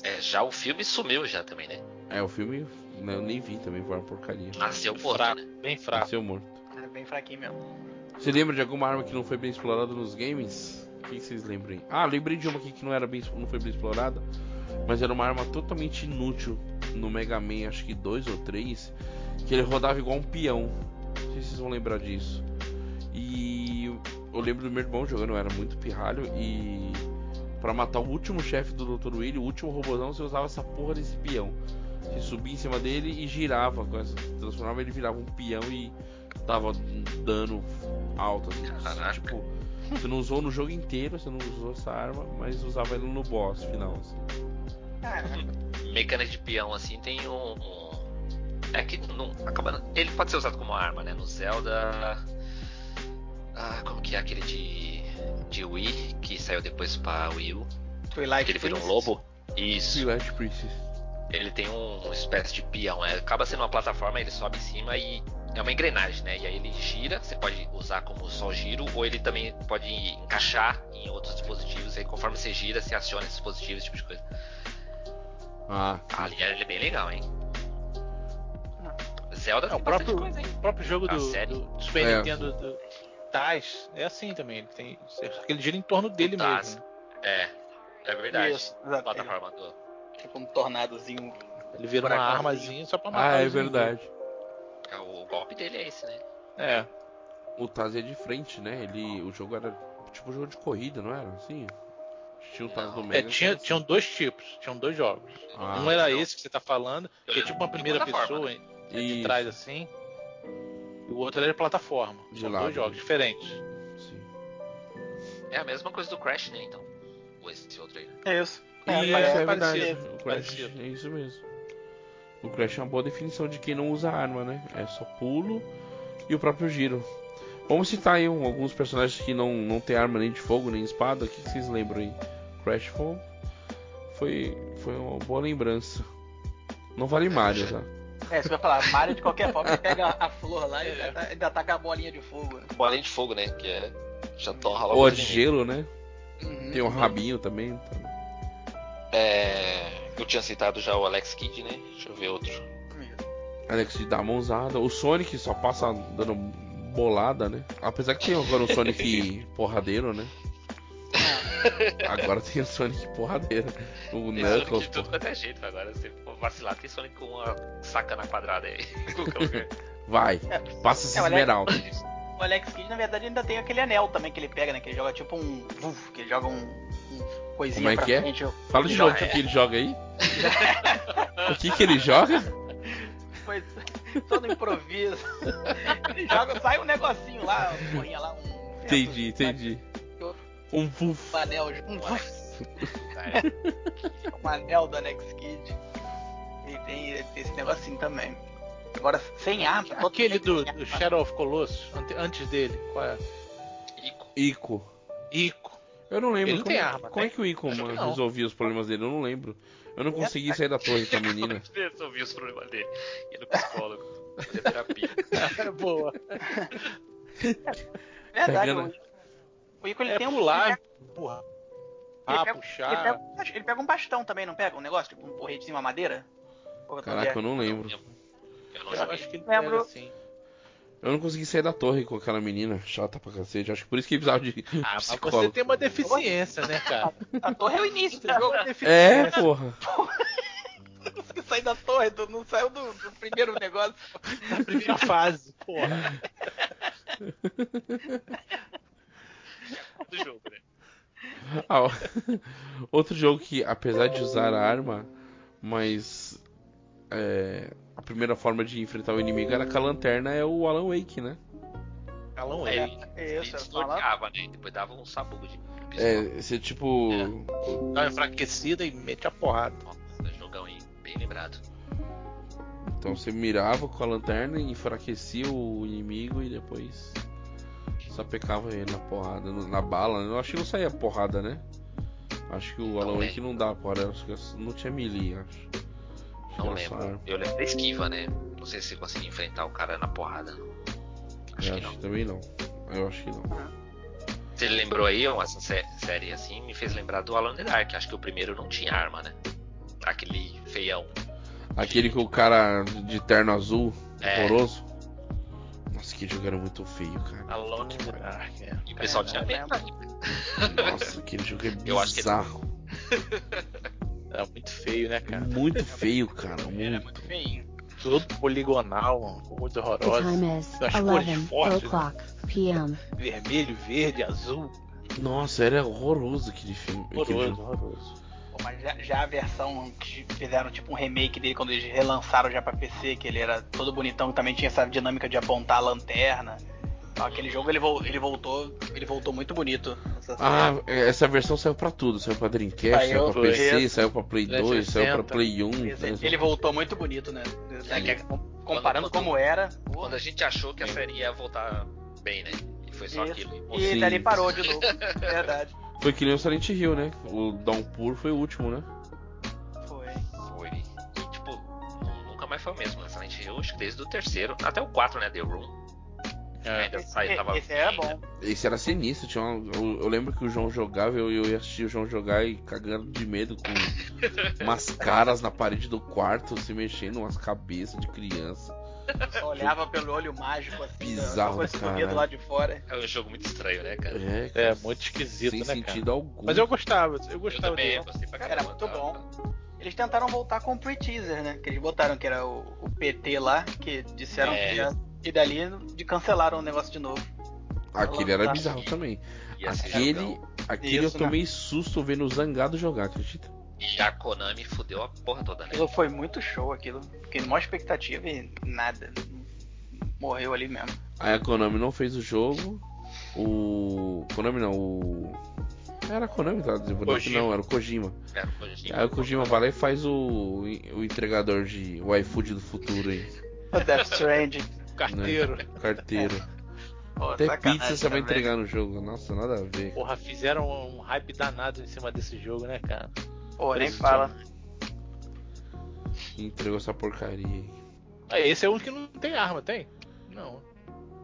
B: É, já o filme sumiu já também, né?
A: É, o filme né, eu nem vi também, foi uma porcaria.
B: Nasceu morto,
D: fraco,
B: né?
D: bem fraco.
A: Nasceu morto.
C: É bem fraquinho mesmo.
A: Você lembra de alguma arma que não foi bem explorada nos games? O que que vocês lembram aí? Ah, lembrei de uma aqui que não, era bem, não foi bem explorada, mas era uma arma totalmente inútil no Mega Man, acho que 2 ou 3, que ele rodava igual um peão. Não sei se vocês vão lembrar disso. E eu- eu lembro do meu irmão jogando, eu era muito pirralho, e pra matar o último chefe do Dr. Willy, o último robozão, você usava essa porra desse peão. Você subia em cima dele e girava, com essa- transformava ele virava um peão e dava um dano alto. assim.
B: Caraca.
A: Tipo, você não usou no jogo inteiro, você não usou essa arma, mas usava ele no boss final. assim.
B: Uhum.
C: Caraca.
B: Mecânica de peão, assim, tem um... um- É que não... Acaba... Ele pode ser usado como arma, né? No Zelda... Ah, como que é aquele de... De Wii, que saiu depois pra Wii U.
C: Twilight
B: Que ele vira um
C: Princess.
B: lobo. Isso.
A: Twilight Princess.
B: ele tem um, uma espécie de peão. é, acaba sendo uma plataforma, ele sobe em cima e é uma engrenagem, né? E aí ele gira, você pode usar como só giro, ou ele também pode encaixar em outros dispositivos. E aí conforme você gira, você aciona esses dispositivos, esse tipo de coisa.
A: Ah,
B: Ali ele é bem legal, hein? Zelda
D: É,
B: tem
D: o
B: bastante
D: próprio,
B: coisa, hein?
D: o próprio jogo
B: A
D: do,
B: série.
D: do Super
A: É.
D: Nintendo do Tais é assim também. Ele tem, só que ele gira em torno dele
B: Taz.
D: mesmo. né?
B: É, é verdade.
C: Isso, exato.
B: Plataforma do.
C: Tipo um tornadozinho.
D: Ele vira uma
B: Buracão.
D: armazinha só pra matar.
A: ah é
D: os inimigos.
A: verdade.
B: é, O golpe dele é esse, né?
D: É.
A: um O Taz é de frente, né? Ele, o jogo era tipo jogo de corrida, não era? Assim? Tinha o Taz do
D: É,
A: Mega.
D: tinha, tinham dois tipos, tinham dois jogos.
E: Ah.
D: um era esse que você tá falando, que é tipo uma primeira
B: Plataforma,
D: pessoa hein, é de
A: Isso.
D: trás assim. E o outro era de plataforma.
A: De
D: São
A: lado.
D: dois jogos diferentes.
A: Sim.
B: É a mesma coisa do Crash, né? Então. Ou esse outro aí. né?
C: É isso.
D: É,
A: E
D: parece
A: isso é
D: parecido,
A: verdade. O Crash
D: parecido.
A: é isso mesmo. O Crash é uma boa definição de quem não usa arma, né? É só pulo e o próprio giro. Vamos citar aí um- alguns personagens que não, não tem arma nem de fogo, nem espada. O que que vocês lembram aí? Crash foi, foi, foi uma boa lembrança. Não vale Mario, tá?
C: É, você vai falar, Mario de qualquer forma ele pega a flor lá e ainda, tá- ainda taca a bolinha de fogo. né?
B: O Além de Fogo, né? Que é. Já torra logo.
A: Ou
B: de
A: de
B: mim.
A: gelo, né?
C: Uhum.
A: Tem um rabinho também. tá?
B: É, Eu tinha citado já o Alex Kidd, né? Deixa eu ver outro.
A: Alex de dar mãozada. O Sonic só passa dando bolada, né? Apesar que tem agora um Sonic porradeiro, né?
D: Ah.
A: Agora tem o Sonic porradeiro. O
B: Tem
A: Knuckles,
B: Sonic de tudo
A: porra.
B: quanto é jeito agora. Se for vacilar, tem Sonic com uma saca na quadrada aí. em qualquer lugar.
A: Vai,
C: É.
A: passa esse
C: É, olha-
A: esmeralda.
C: O Alex Kidd, na verdade, ainda tem aquele anel também que ele pega, né? Que ele joga tipo um. Uf, que ele joga um. um coisinha
A: Como é
C: pra
A: que é?
C: frente. ó.
A: Fala de
C: Não,
A: novo o que
C: é.
A: que ele joga aí. O que que ele joga?
C: Pois, só no improviso. ele joga, sai um negocinho lá, uma porrinha lá, um.
A: Entendi, entendi. Um puff.
C: Um anel, um,
B: É,
C: um anel do Alex Kidd. Ele tem, ele tem esse negocinho também. Agora, sem arma. todo
D: Aquele
C: mundo
D: do,
C: tem
D: do
C: arma.
D: Shadow of Colossus, ante- antes dele, qual é?
B: Ico.
A: Ico.
D: Ico.
A: Eu não lembro.
D: Ele não
A: como,
D: tem arma,
A: como é
D: né?
A: que o Ico
D: Acho que
A: mano,
D: não.
A: resolvia os problemas dele? Eu não lembro. Eu não consegui sair da torre com a menina.
B: Resolvi os problemas dele. Ia no psicólogo. Fazia terapia.
D: É boa.
C: É Verdade,
A: Pegando-
C: o- o Ico ele
D: É
C: tem um.
D: pular, empurrar,
C: Ele
D: ah,
C: pega- Ele
D: puxar.
C: pega, um bastão- ele pega um bastão também, não pega? Um negócio, tipo um porretezinho, uma madeira? Ou é outra
A: Caraca, eu
C: mulher?
A: não lembro.
B: Eu não
D: Eu
B: joguei.
D: acho que ele
C: Lembro.
D: pega assim.
A: Eu não consegui sair da torre com aquela menina chata pra cacete. Acho que por isso que precisava de
D: Ah, mas
A: psicólogo.
D: você tem uma deficiência, né, cara?
C: A torre é o início do
D: Você jogou
C: jogo.
D: uma
A: É,
D: deficiência.
A: porra.
C: Não conseguiu sair da torre, tu não saiu do, do primeiro negócio.
D: na primeira fase, porra.
B: do jogo, né?
A: Ah, ó. outro jogo que, apesar de usar a arma, mas é, a primeira forma de enfrentar o inimigo era com a lanterna, é o Alan Wake, né?
D: Calão
B: Aí
D: é.
B: ele-
C: É
B: ele
C: isso, eu ia
B: desbloqueava, né? Depois dava um sabugo de pistola.
A: É, você tipo.
D: Dá uma enfraquecida e mete a porrada.
B: Nossa, jogão aí, bem lembrado.
A: Então você mirava com a lanterna e enfraquecia o inimigo e depois sapecava ele na porrada, no- na bala. Eu acho que não saía porrada, né? Acho que o
B: Não
A: Alan
B: lembro.
A: Wake não dava porrada, acho que não tinha melee, acho. Acho que
B: Não
A: era só
B: lembro.
A: arma.
B: Eu lembro da esquiva, né? Não sei se você conseguia enfrentar o cara na porrada. Acho
A: Eu
B: que
A: acho
B: não.
A: que também não. Eu acho que não.
B: Você lembrou aí, ó, essa sé- série assim, me fez lembrar do Alan Dark. Acho que o primeiro não tinha arma, né? Aquele feião.
A: Aquele com o cara de terno azul,
B: É.
A: horroroso. Nossa, que jogo era muito feio, cara.
B: Alone in the
D: Ah, é.
B: E o pessoal
C: É,
B: tinha
C: eu
B: medo.
A: Nossa, aquele jogo é
B: Eu acho que-
A: bizarro.
D: Era muito feio, né, cara?
A: Muito feio, cara.
C: Ele é
A: Tá Muito.
C: muito feinho.
D: Tudo poligonal, uma coisa
F: The time
D: horrorosa.
F: is
D: That's what you
F: 11
D: wanted.
F: o'clock p.m.
D: Vermelho, verde, azul.
A: Nossa, era horroroso aquele filme. aquele
D: Horroroso,
A: jogo.
D: horroroso.
C: Pô, mas já, já a versão que fizeram tipo um remake dele quando eles relançaram já pra PC, que ele era todo bonitão, que também tinha essa dinâmica de apontar a lanterna. Então, Aquele jogo ele, vol- ele voltou, ele voltou muito bonito. Essa-
A: Ah, essa versão saiu pra tudo. Saiu pra Dreamcast, saiu,
C: Saiu
A: pra
D: pro
A: PC,
C: Dreamcast,
A: saiu pra Play 2, saiu pra
D: 360.
A: Play 1.
C: Esse-
A: né?
C: Ele voltou muito bonito, né?
B: É que-
C: Comparando
B: quando-
C: como era.
B: Quando a gente achou que a série ia voltar bem, né? E foi só
C: Isso.
B: aquilo.
C: E
A: Sim.
C: dali parou de novo. É Verdade.
A: Foi que nem o Silent Hill, né? O Downpour foi o último, né?
C: Foi.
B: Foi. E, tipo, nunca mais foi o mesmo. né? Silent Hill, acho que desde o terceiro, até o 4, né? The Room.
D: É.
B: Ainda saiu, tava.
C: Esse era
B: ainda.
C: bom.
A: Esse era sinistro, tinha uma- eu, eu lembro que o João jogava, eu, eu ia assistir o João jogar e cagando de medo com umas caras na parede do quarto, se mexendo, umas cabeças de criança.
C: Só olhava pelo olho mágico assim.
A: Bizarro,
C: Só escondido
A: cara.
C: lá de fora.
B: É um jogo muito estranho, né, cara?
A: É,
D: É,
A: cara,
D: muito esquisito,
A: sem
D: né, cara?
A: sentido algum.
D: Mas eu gostava, eu
B: Eu
D: gostava
B: também,
D: dele.
B: eu gostei pra
C: Era
B: caramba. tá?
C: muito bom. Eles tentaram voltar com o pre-teaser, né? Que eles botaram que era o, o PT lá, que disseram
B: É.
C: que ia, e dali de cancelaram o negócio de novo.
A: Aquele era
C: Tá.
A: bizarro também.
B: E esse
A: Aquele
B: jogão,
A: Aquele
D: Isso, né?
A: eu tomei susto vendo o Zangado jogar, acredita?
B: E a Konami fudeu a porra toda, né?
C: Aquilo foi muito show, aquilo. Fiquei maior expectativa e nada. Morreu ali mesmo.
A: Aí a Konami não fez o jogo. O. Konami não, o. Era a Konami que tava desenvolvendo.
D: Kojima.
A: Não, era o Kojima.
B: Era um o Kojima.
A: Aí o Kojima vai lá e faz o, o entregador de o iFood do futuro aí. né?
C: O Death Stranding.
D: né? Carteiro.
A: Carteiro.
C: Pô,
A: Até
C: sacanagem
A: pizza você vai
C: também.
A: entregar no jogo. Nossa, nada a ver.
D: Porra, fizeram um hype danado em cima desse jogo, né, cara?
C: Pô, nem
A: Esse
C: fala.
A: Quem entregou essa porcaria aí?
D: Ah, Esse é um que não tem arma, tem? Não.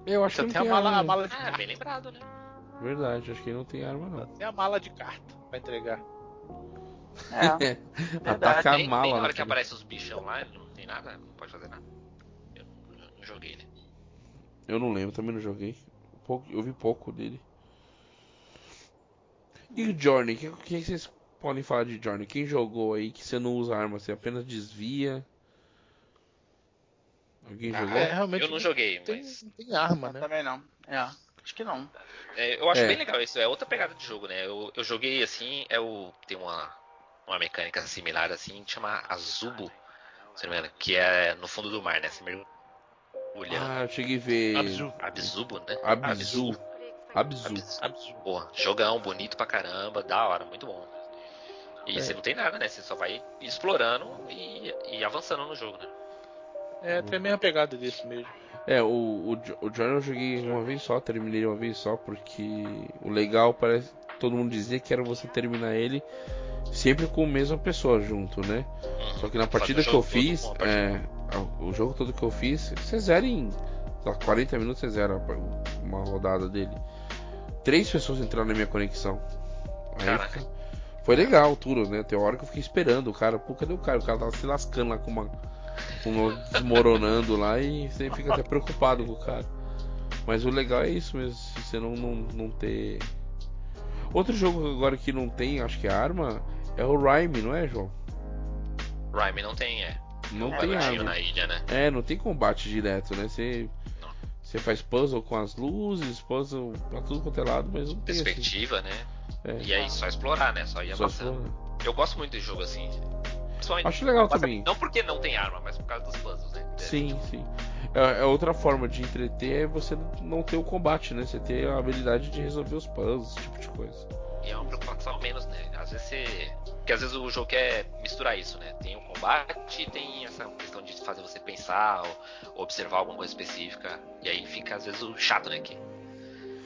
A: Eu acho
D: Só
A: que
D: tem
A: não
D: a
A: tem
D: mala,
A: arma.
D: a mala de
B: Ah,
D: carta.
B: bem lembrado, né?
A: não. Verdade, acho que não tem arma
D: Só
A: não.
D: tem a mala de carta pra entregar.
C: É.
A: Ataca a
B: Bem- bem
A: mala.
B: na hora que
A: né?
B: aparece os bichão lá, não tem nada, não pode fazer nada. Eu não- não joguei, né?
A: Eu não lembro, também não joguei. Pouco- eu vi pouco dele. E o Journey? O que, o que vocês podem falar de Journey? Quem jogou aí que você não usa arma, você apenas desvia? Alguém
B: Ah,
A: jogou?
D: É, realmente.
B: Eu não joguei,
D: Tem,
B: mas
D: não tem arma, né?
C: Também não. É. Acho que não.
B: É, eu acho
A: É.
B: bem legal isso, é outra pegada de jogo, né? Eu, eu joguei assim, é o. Tem uma, uma mecânica similar assim, que chama Azubo, se não me engano, que é no fundo do mar, né? Você mergulha.
A: Ah, eu cheguei a ver.
D: Abzu.
B: Abzubo, né?
A: Abzu. Abzu.
B: Abzu. Porra, jogão bonito pra caramba, da hora, muito bom. E
A: É.
B: você não tem nada, né? Você só vai explorando e, e avançando no jogo, né?
D: É, tem a mesma pegada desse mesmo.
A: É, o, o, Jo- o Journey eu joguei uma vez só, terminei uma vez só, porque o legal parece. Todo mundo dizia que era você terminar ele sempre com a mesma pessoa junto, né?
B: Uhum.
A: Só que
B: Fazer
A: na
B: o
A: partida que
B: jogo
A: eu
B: todo
A: fiz,
B: com uma partida.
A: é, a- o jogo todo que eu fiz, você zera em sei lá, 40 minutos, você zera a- uma rodada dele. Três pessoas entraram na minha conexão. Aí
B: Caraca.
A: fica- foi legal tudo, né? Tem hora que eu fiquei esperando o cara. Pô, cadê o cara? O cara tava se lascando lá com uma. com uma desmoronando lá e você fica até preocupado com o cara. Mas o legal é isso mesmo, se você não, não, não ter. Outro jogo agora que não tem, acho que é arma, é o Rhyme, não é, João?
B: Rhyme não tem, é.
A: Não
B: Vai
A: tem
B: no
A: arma.
B: tiro na ilha, né?
A: É, não tem combate direto, né? Você,
B: Não.
A: você faz puzzle com as luzes, puzzle pra tudo quanto é lado, mas não tem assim.
B: Perspectiva, né?
A: É.
B: E aí só explorar, né? Só ir
A: Só
B: avançando.
A: explora.
B: Eu gosto muito de jogo assim. Principalmente.
A: Acho legal
B: Mas
A: também.
B: Não né? porque não tem arma, mas por causa dos puzzles, né?
A: Sim, sim. É, é outra forma de entreter é você não ter o combate, né? Você ter a habilidade de resolver os puzzles, esse tipo de coisa.
B: E é uma preocupação a menos, né? Às vezes você. Porque às vezes o jogo quer misturar isso, né? Tem o combate e tem essa questão de fazer você pensar ou observar alguma coisa específica. E aí fica, às vezes, o chato, né? Que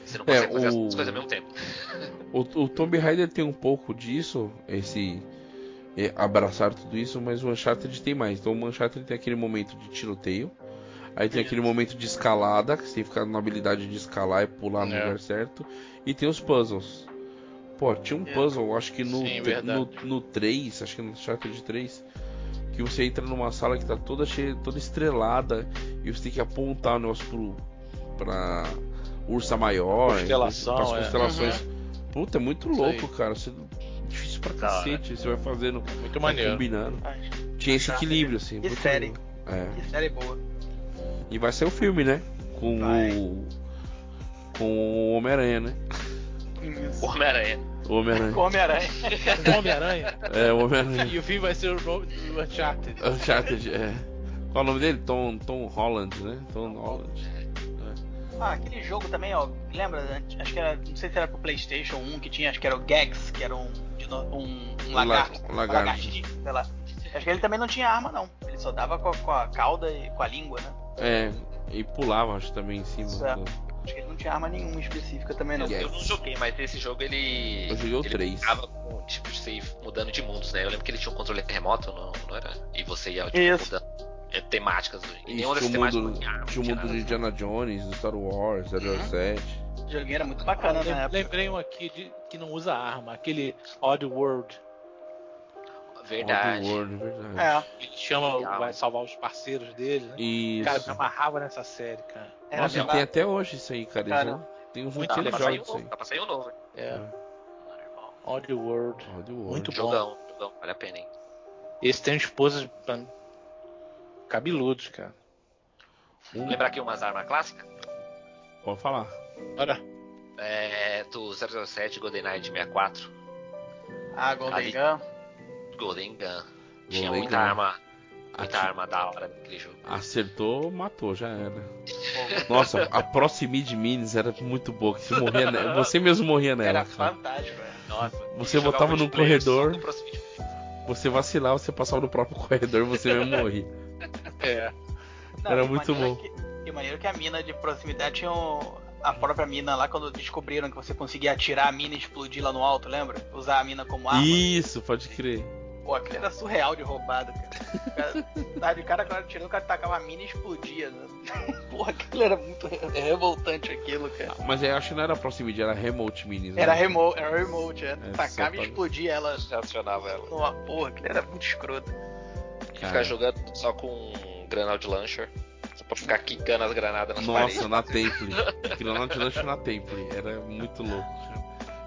B: você não
A: É,
B: consegue fazer as
A: o-
B: duas coisas ao mesmo tempo.
A: O, o Tomb Raider tem um pouco disso, esse é, abraçar tudo isso, mas o Uncharted tem mais. Então o Uncharted tem aquele momento de tiroteio, aí tem aquele momento de escalada, que você tem que ficar na habilidade de escalar e pular no
D: É.
A: lugar certo, e tem os puzzles. Pô, tinha um
C: É.
A: puzzle, acho que no,
D: Sim,
A: tre-
D: verdade.
A: no, no 3, acho que no Uncharted 3, que você entra numa sala que tá toda cheia, toda estrelada, e você tem que apontar o negócio pro, pra ursa maior,
D: Constelação,
A: pras
D: é.
A: constelações. Puta, é muito
D: Isso
A: louco,
D: aí.
A: cara. Você... Difícil pra
B: Da hora.
A: cacete. Você vai fazendo,
D: É Muito
A: vai
D: maneiro.
A: combinando.
C: Ai,
A: Tinha esse
C: Uncharted.
A: equilíbrio, assim.
C: Que
A: muito
C: série.
A: legal. É.
C: Que série boa.
A: E vai ser o filme, né? Com
C: Vai.
A: o. Com o Homem-Aranha, né?
B: O Homem-Aranha.
A: O Homem-Aranha.
C: Homem-Aranha.
D: O Homem-Aranha.
A: é, o Homem-Aranha.
D: e o fim vai ser o nome do Uncharted.
A: Uncharted, é. Qual o nome dele? Tom, Tom Holland, né? Tom Holland.
C: Ah, aquele jogo também, ó. Lembra? Acho que era. Não sei se era pro PlayStation 1 que tinha, acho que era o Gex, que era um, dino- um, um
A: la-
C: lagarto.
A: um
C: Um
A: lagarto.
C: lagartixa, sei lá. Acho que ele também não tinha arma, não. Ele só dava com a, com a cauda e com a língua, né?
A: É, e pulava, acho, também em cima.
C: Isso é.
A: do-
C: Acho que ele não tinha arma nenhuma específica também, não.
B: É, Eu, eu
A: Yes.
B: não joguei, mas esse jogo ele.
A: Eu joguei o
B: ele
A: três.
B: ficava com, tipo, você ia mudando de mundos, né? Eu lembro que ele tinha um controle remoto, não, não era? E você ia, tipo,
C: Isso.
B: mudando. é, temáticas. E
A: E
B: nenhuma dessas
A: tinha o
B: temáticas
A: mundo,
B: tinha arma,
A: tinha o
B: tinha
A: mundo
B: nada. assim.
A: do Indiana Jones, do Star Wars, 007.
C: O joguinho era muito bacana Tá na
D: Lem-
C: época.
D: Lembrei um aqui de, que não usa arma, aquele Odd World.
B: Verdade.
A: Oddworld, verdade.
C: É,
D: Ele chama, vai salvar os parceiros dele, né?
A: Isso.
D: Cara, eu me amarrava nessa série, cara.
C: era
A: Nossa,
C: bem
A: e
C: bacana.
A: tem até hoje isso aí, cara.
C: Cara, tá,
A: Eles não- tem uns
D: muito
B: Dá pra,
A: inteiros
D: legal
B: sair um
A: jogos isso
B: novo,
A: aí.
B: dá pra sair um novo. hein?
D: É. Odd World.
A: Oddworld.
D: Muito bom.
B: Jogão, jogão, vale a pena, hein?
D: Esse tem esposas pra- cabeludos, cara.
A: Hum,
B: Lembrar aqui umas armas clássicas?
A: Pode falar.
D: Olha,
B: É, do 007 GoldenEye de 64.
C: Ah, Golden
B: Ali-
C: Gun.
B: Golden Gun. Tinha
A: Golden
B: muita
A: Gun.
B: arma, muita
A: Aqui. Ah,
B: arma da hora naquele jogo.
A: Acertou, matou, já era.
C: Pô,
A: Nossa, a Proximid Minis era muito boa. Que você, morria ne- você mesmo morria nela.
C: era
A: cara.
C: fantástico, é. velho.
B: Nossa.
A: Você
B: jogava
A: botava num
B: multiplayer só
A: corredor.
B: no Proximity.
A: Você vacilava, você passava no próprio corredor, você mesmo morria.
D: É.
A: Era
C: e
A: muito
C: maneiro
A: bom.
C: Que, e maneiro que a mina de proximidade tinha o- a própria mina lá quando descobriram que você conseguia atirar a mina e explodir lá no alto, lembra? Usar a mina como arma.
A: Isso, pode crer.
C: Pô, aquilo era surreal de roubado, cara. O cara tava de cara, cara tirando, o cara tacava a mina e explodia. Né? Porra, aquilo era muito re- é revoltante aquilo, cara.
A: Mas eu acho que não era Proximid, era Remote Minis. né?
C: Era remote, era remote, é.
A: É,
C: Tacava
A: só
C: e
A: pra-
C: explodia ela.
B: Já acionava ela.
C: Numa porra, aquilo era muito escroto.
B: E
A: Cara.
B: ficar jogando só com um granal de launcher. Você pode ficar quicando as granadas nas
A: Nossa,
B: paredes.
A: na Temple. Granada de lanche na Temple. Era muito louco. cara.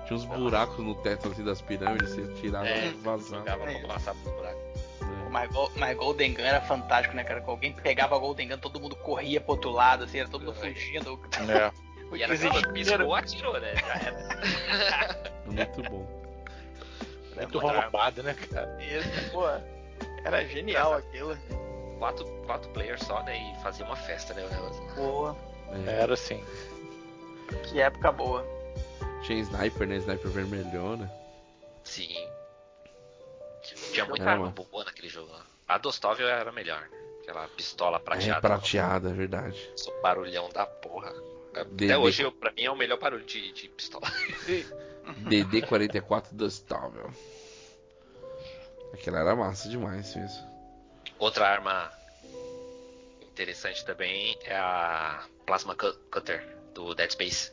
A: Tinha uns buracos no teto assim das pirâmides, você tirava
B: É,
A: e vazava.
B: Jogava
C: É
B: pra
C: isso.
B: passar pro buraco.
C: Pô, Mas, Go- mas Golden Gun era fantástico, né, cara? Com alguém que pegava Golden Gun, todo mundo corria pro outro lado, assim, era todo mundo
B: Verdade.
C: fugindo.
D: É.
B: E era
C: Esse
B: aquela
C: dinheiro-
B: piscou, atirou, né? Já era.
A: Muito bom.
D: É Muito roubado, né, cara?
C: Isso, pô. Era genial aquilo.
B: Quatro, quatro players só, né? E fazia uma festa, né? o negócio.
C: Boa.
A: É.
D: Era assim.
C: Que época boa.
A: Tinha sniper, né? Sniper vermelhona.
B: Sim. Tinha muita
A: É,
B: arma
A: mano.
B: boa naquele jogo lá. A Dostov era melhor. Aquela pistola prateada.
A: É prateada, é verdade.
B: Só barulhão da porra. Até
A: DD.
B: hoje, eu, pra mim, é o melhor barulho de, de pistola.
A: DD44 Dustável. Aquela era massa demais mesmo.
B: Outra arma interessante também é a Plasma Cu- Cutter do Dead Space.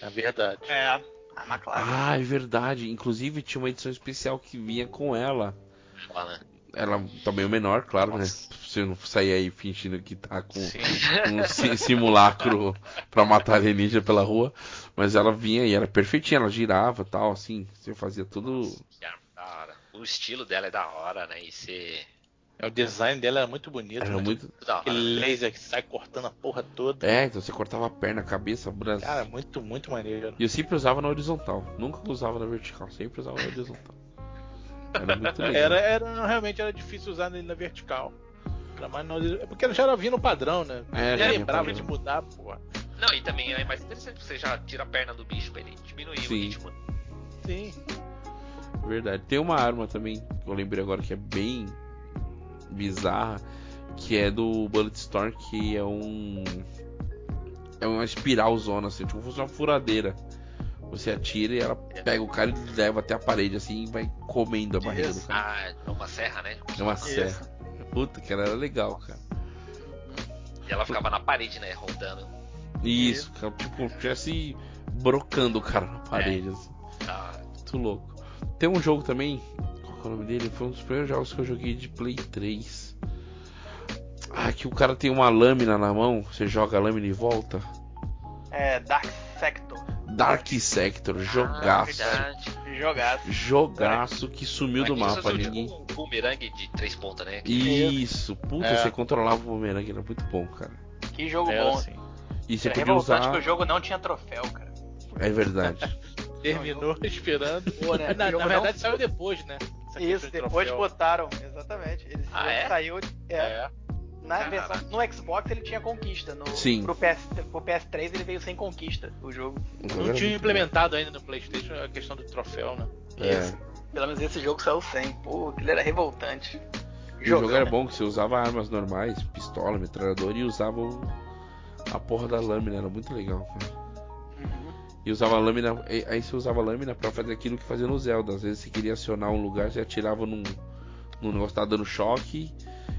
D: É verdade.
C: É, arma clássica.
A: Ah, é verdade. Inclusive tinha uma edição especial que vinha com ela.
B: Lá, né?
A: Ela também o menor, claro, né?
B: Nossa.
A: Você não sair aí fingindo que tá com
D: Sim.
A: um si- simulacro pra matar alienígena pela rua, mas ela vinha e era perfeitinha, ela girava, tal, assim, você fazia tudo.
B: Que arma da hora. O estilo dela é da hora, né? E ser.
D: É, O design dela era muito bonito.
A: Era
D: né?
A: muito.
B: Da hora.
D: Aquele laser que sai cortando a porra toda.
A: É, então você cortava a perna, a cabeça, o braço.
D: Cara, muito, muito maneiro.
A: E eu sempre usava na horizontal, nunca usava na vertical, sempre usava na horizontal. Era muito legal.
D: Era, era, realmente era difícil usar ele na vertical. Era mais na- é porque já era vindo no padrão, né?
A: É, já
D: já
A: vinha
D: lembrava
A: padrão.
D: de mudar, porra.
B: Não, e também é mais interessante porque você já tira a perna do bicho pra ele diminuir o
A: Sim.
B: ritmo.
D: Sim.
A: Verdade. Tem uma arma também, que eu lembrei agora que é bem bizarra, que é do Bulletstorm, que é um. É uma espiral zona, assim, tipo, como se fosse uma furadeira. Você atira e ela pega o cara e leva até a parede, assim, e vai comendo a barriga do cara.
B: Ah, é uma serra, né?
A: É uma serra. Puta, que ela era legal, cara.
B: E ela ficava na parede, né? Rodando.
A: Isso, cara, tipo, como se estivesse brocando o cara na parede, assim.
B: Da hora.
A: Muito louco. Tem um jogo também, qual que é o nome dele? Foi um dos primeiros jogos que eu joguei de Play 3. Ah, que o cara tem uma lâmina na mão, você joga a lâmina e volta.
C: É, Dark Sector.
A: Dark Sector, jogaço.
B: Ah, verdade.
C: Jogaço.
A: jogaço que sumiu do
B: Aqui
A: mapa,
B: você usa
A: ninguém.
B: Um bumerangue de três pontas, né? Que
A: Isso, puta,
D: É.
A: você controlava o bumerangue, era muito bom, cara.
C: Que jogo
D: Era
C: bom.
D: assim.
A: E você
C: Era
A: podia
C: revoltante
A: usar.
C: que o jogo não tinha troféu, cara.
A: É verdade.
D: Terminou esperando.
C: Pô, né?
D: Na,
C: O jogo
D: na
C: não-
D: verdade saiu depois, né? aqui foi
C: Isso, depois
D: troféu.
C: botaram. Exatamente. Ele
B: Ah, é?
C: saiu. é,
D: É.
C: Na
B: Cara.
C: versão, no Xbox ele tinha conquista. No,
A: Sim.
C: Pro, PS, pro PS3 ele veio sem conquista o jogo.
D: Não tinha implementado ainda no Playstation a questão do troféu, né?
A: É.
C: Pelo menos esse jogo saiu sem. Pô, aquilo era revoltante.
A: E o jogo era
C: Jogão.
A: bom que você usava armas normais, pistola, metralhadora e usava o- a porra da lâmina, era muito legal. cara.
C: Uhum.
A: E usava a lâmina, e- aí você usava a lâmina pra fazer aquilo que fazia no Zelda. Às vezes você queria acionar um lugar, você atirava num, num negócio que tava dando choque.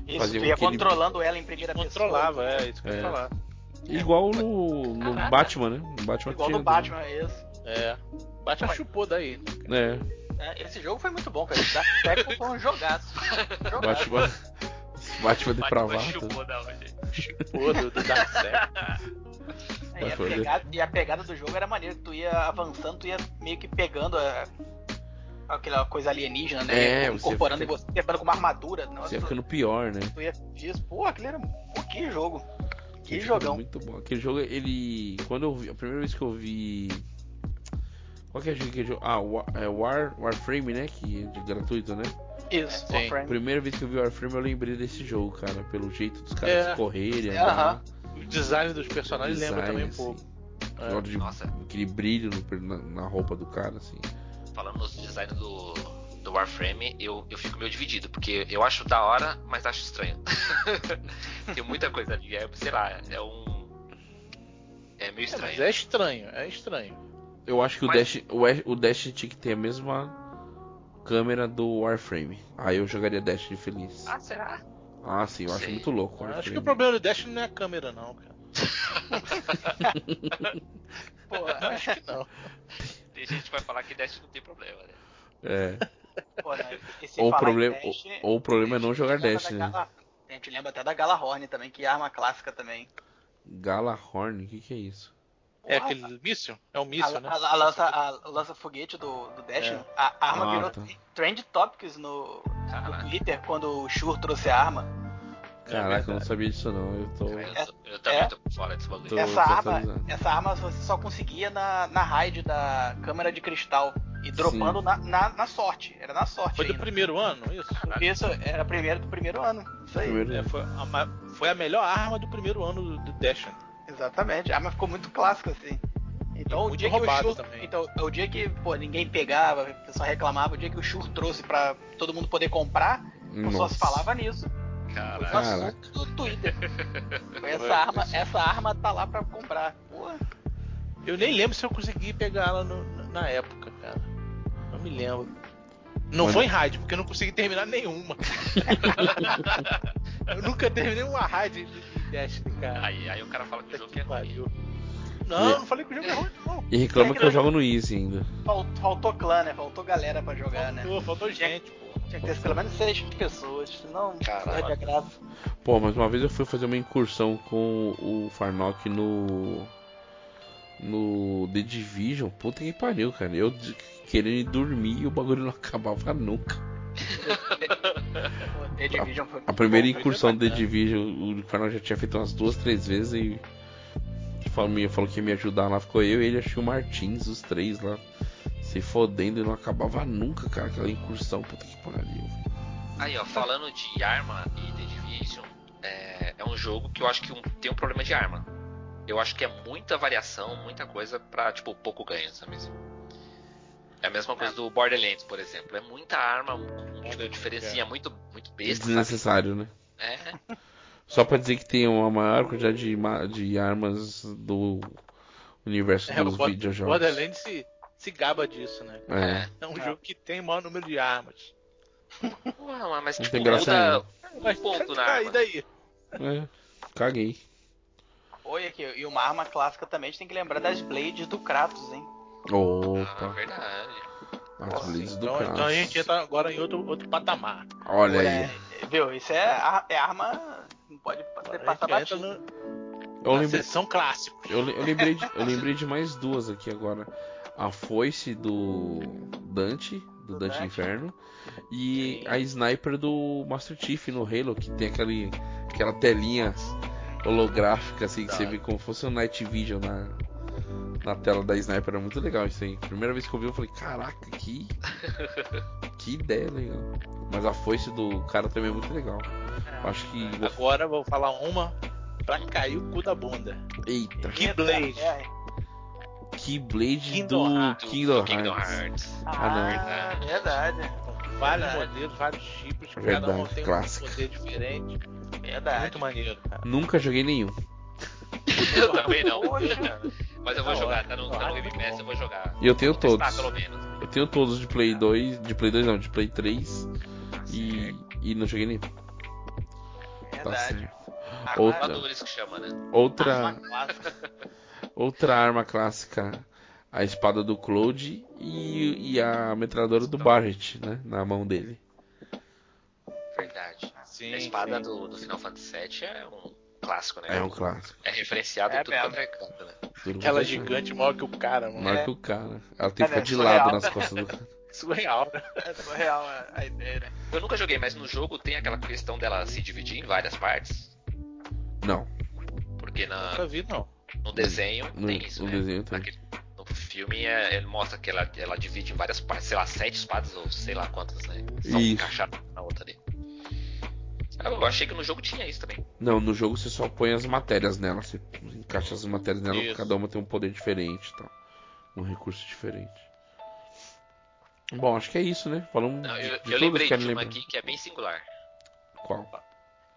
C: Isso,
A: Fazia
C: tu ia
A: aquele-
C: controlando ela em primeira
D: Controlava,
C: pessoa.
D: é isso que eu
A: É.
D: ia falar.
A: Igual no, no Batman, né? No Batman
C: Igual
A: tinha
C: no Batman, é isso.
D: É. Bate a chupou daí.
A: É,
C: É, esse jogo foi muito bom, cara. Dark Sector foi um jogaço.
A: o
C: jogaço.
A: Batman. Batman
B: Batman
A: depravado.
B: chupou da onde?
D: Pô, do, do Dark Side.
C: É, E a,
A: Batman.
C: pegada, e a pegada do jogo era maneira. Tu ia avançando, tu ia meio que pegando a- aquela coisa alienígena, né?
A: É, você
C: Incorporando
A: fica-
C: em você, quebrando com uma armadura.
A: Você
C: Nossa,
A: ia ficando pior, né?
C: Tu ia disso, pô, aquele era. Pô, que jogo. Que
A: Aquele jogo é
C: jogão.
A: Muito bom. Aquele jogo, ele. Quando eu vi. A primeira vez que eu vi. Qual que é o jogo que eu Ah, Wa- é War, Warframe, né? Que é de gratuito, né?
C: Isso,
D: Sim.
C: Warframe.
A: Primeira vez que eu vi Warframe eu lembrei desse jogo, cara. Pelo jeito dos caras
D: É.
A: correrem. né,
C: Aham.
D: O design dos personagens lembra também um
A: assim.
D: pouco. É.
A: Olha de,
B: Nossa.
A: aquele brilho no- na, na roupa do cara, assim.
B: falando nos designs do, do Warframe, eu, eu fico meio dividido, porque eu acho da hora, mas acho estranho. Tem muita coisa ali, é, sei lá, é um. É meio
D: É, mas
B: estranho.
D: é estranho, é estranho.
A: Eu acho que o,
B: Mas-
A: Dash, o, Ash- o Dash tinha que ter a mesma câmera do Warframe. Aí eu jogaria Dash de feliz.
B: Ah, será?
A: Ah, sim, eu acho
B: Sei.
A: muito louco. o
D: Acho
A: Warframe.
D: que o problema do Dash não é a câmera, não, cara.
C: Pô,
D: Acho que não.
B: Tem gente que vai falar que Dash não tem problema, né?
A: É.
C: pô, né? E se
A: Ou, o
C: falar em
A: problema, ou,
C: Dash,
A: ou o problema é não
C: a
A: jogar
C: gente lembra
A: Dash,
C: da
A: né?
C: Gala- A gente lembra até da Galahorn também, que é arma clássica também.
A: Galahorn, o que, que é isso?
D: É
C: Porra,
D: aquele míssil? É um
C: a,
D: míssil, né?
C: a, a lança, a lança foguete do, do Dash,
D: É.
C: né? a arma
A: Ah,
C: virou
A: tá.
C: trend topics no,
D: Ah,
C: no
B: Caraca.
C: Twitter quando o Shur trouxe a arma.
A: Caraca, eu não
D: É verdade.
A: sabia disso não. Eu tô.
B: Eu, tô- eu também
C: É.
B: tô por fora desse bagulho.
A: Tô-
C: essa, arma,
A: atualizando.
C: essa arma você só conseguia na, na raid da câmera de cristal e dropando na, na, na sorte. Era na sorte.
D: Foi do
C: ainda.
D: primeiro né? ano, isso?
C: Isso era primeiro do primeiro ano. Isso aí.
A: Primeiro-
D: É, foi, a, ma- foi a melhor arma do primeiro ano do, do Dash. né?
C: Exatamente. A arma ficou muito clássica, assim.
D: E
C: Então o
D: muito
C: dia que o
D: roubado
C: Shur,
D: também.
C: então o dia que pô, ninguém pegava, o pessoal reclamava, o dia que o Shur trouxe pra todo mundo poder comprar, não só se falava nisso. Foi o
B: Caraca.
C: assunto do Twitter. Foi essa arma, essa arma tá lá pra comprar. Porra.
D: Eu nem lembro se eu consegui pegar ela no- na- na época, cara. Não me lembro. Não
A: Mano.
D: foi em raid, porque eu não consegui terminar nenhuma. eu nunca terminei uma raid de de Destiny, cara.
B: Aí, aí o cara fala que o
D: Puta
B: jogo
D: que
B: é ruim.
D: pariu. Não, eu não falei que o jogo é ruim, não.
A: E reclama que eu jogo no Easy ainda.
C: Falt- Faltou clã, né? Faltou galera pra jogar, né?
D: Faltou, faltou gente, pô.
C: Tinha que ter pelo menos seis pessoas, senão
B: Caralho.
C: perde a graça.
A: Pô, mas uma vez eu fui fazer uma incursão com o Farnock no. No The Division. Puta que pariu, cara. Eu de- querendo ir dormir e o bagulho não acabava nunca.
C: Pô, The Division foi
A: A primeira
D: Bom,
A: incursão do The
D: bacana.
A: Division, o Farnock já tinha feito umas duas, três vezes e. Falou, me- falou que ia me ajudar lá, ficou eu, ele e o Martins, os três lá. Se fodendo e não acabava nunca, cara, aquela incursão. Puta que pariu.
B: Aí, ó, falando de arma e The Division, é, é um jogo que eu acho que um- tem um problema de arma. Eu acho que é muita variação, muita coisa pra, tipo, pouco ganho, sabe? assim? É a mesma coisa do Borderlands, por exemplo. É muita arma, um- tipo, diferencinha muito, muito besta, sabe?
A: Desnecessário, né?
B: É,
A: Só pra dizer que tem uma maior quantidade de, ma- de armas do universo
D: É, o
A: dos
D: Bo-
A: videojogos.
D: Borderlands se, se gaba disso, né?
A: É.
B: é.
D: É um
C: É.
D: jogo que tem o maior número de armas.
B: Ué, mas,
A: Não
B: tipo,
A: tem graça
B: muda um
D: Mas
B: ponto na
D: tá, e
B: arma.
D: daí? né?
A: é. Caguei.
C: Oi aqui, e uma arma clássica também, a gente tem que lembrar das blades do Kratos, hein?
B: Ah,
A: Opa.
B: verdade.
A: As blades do
D: Então, então a gente
A: Kratos.
D: entra agora em outro, outro patamar.
A: Olha
C: É,
A: aí.
C: viu, isso é, ar- é arma. Não pode pa-
D: Agora
C: passar
D: a gente entra
C: batido.
D: no-
A: Eu
D: na
A: lembrei,
D: sessão clássico.
A: eu, le- eu lembrei de, eu lembrei de mais duas aqui agora. A foice do Dante, do
C: Do
A: Dante
C: Dante.
A: Inferno. E a sniper do Master Chief no Halo, que tem aquele, aquela telinha holográfica assim que você vê como fosse um Night Vision na, na tela da sniper. Era muito legal isso aí. Primeira vez que eu vi, eu falei, caraca, que. que ideia legal. Mas a foice do cara também é muito legal. Eu acho que.
D: Agora eu vou falar uma pra cair o cu da bunda.
A: Eita,
D: Keyblade.
C: É,
A: Keyblade
D: Kingdom
A: do
D: Hearts.
A: Kingdom
B: Ah, Kingdom
A: Hearts.
B: Hearts.
C: Ah,
B: não.
C: verdade.
D: Vários
C: Verdade.
D: modelos, vários tipos, cada um
A: Verdade,
D: tem
A: clássico.
D: um poder diferente.
C: Verdade.
D: Muito maneiro, cara.
A: Nunca joguei nenhum.
B: Eu também não.
C: Poxa.
B: Mas eu vou
D: Da
B: jogar,
D: hora.
B: tá no,
D: Da
B: tá no
D: hora,
B: Game
D: muito
B: Pass,
D: é bom.
B: eu vou jogar.
A: E eu tenho
B: Vou testar,
A: todos.
B: pelo menos.
A: Eu tenho todos de Play 2. De Play 2 não, de Play 3. E, e não joguei nenhum. Tá
C: É Verdade.
A: certo.
C: Agora,
B: Voadores que chama, né?
A: Outra.
C: arma clássica.
A: Outra arma clássica, a espada do Cloud e, e a metralhadora do Barret, né? Na mão dele.
B: Verdade.
D: Sim,
B: a
C: É
B: espada
D: sim.
B: do, do Final Fantasy VII é um clássico, né?
A: É um clássico.
B: É referenciado
C: É
B: em tudo
C: mesmo.
B: quanto é canto, né?
A: Tudo
D: Aquela
A: bem,
D: gigante maior que o cara,
A: né?
D: mano.
A: Maior que o cara. Ela tem que
C: Cara,
A: ficar de
C: é
A: lado
C: surreal.
A: nas costas do cara.
D: É surreal, né?
C: É surreal a- a ideia, né?
B: Eu nunca joguei, mas no jogo tem aquela questão dela se dividir em várias partes.
A: Não.
B: Porque na,
D: Nunca vi, não.
B: no desenho
A: No-
B: tem isso,
A: no
B: né?
A: desenho tem.
B: Naquele- no próprio filme, é- ele mostra que ela, ela divide em várias partes, sei lá, sete espadas ou sei lá quantas, né? São
A: Isso.
B: encaixadas na outra ali. Ah, Eu achei que no jogo tinha isso também.
A: Não, no jogo você só põe as matérias nela, você encaixa as matérias nela,
D: Isso.
A: cada uma tem um poder diferente e tal. Um recurso diferente. Bom, acho que é isso, né? Falamos
B: Não,
A: de,
B: eu,
A: de
B: eu
A: tudo
B: lembrei
A: que
B: de
A: era
B: uma
A: lembrar.
B: aqui que é bem singular.
A: Qual?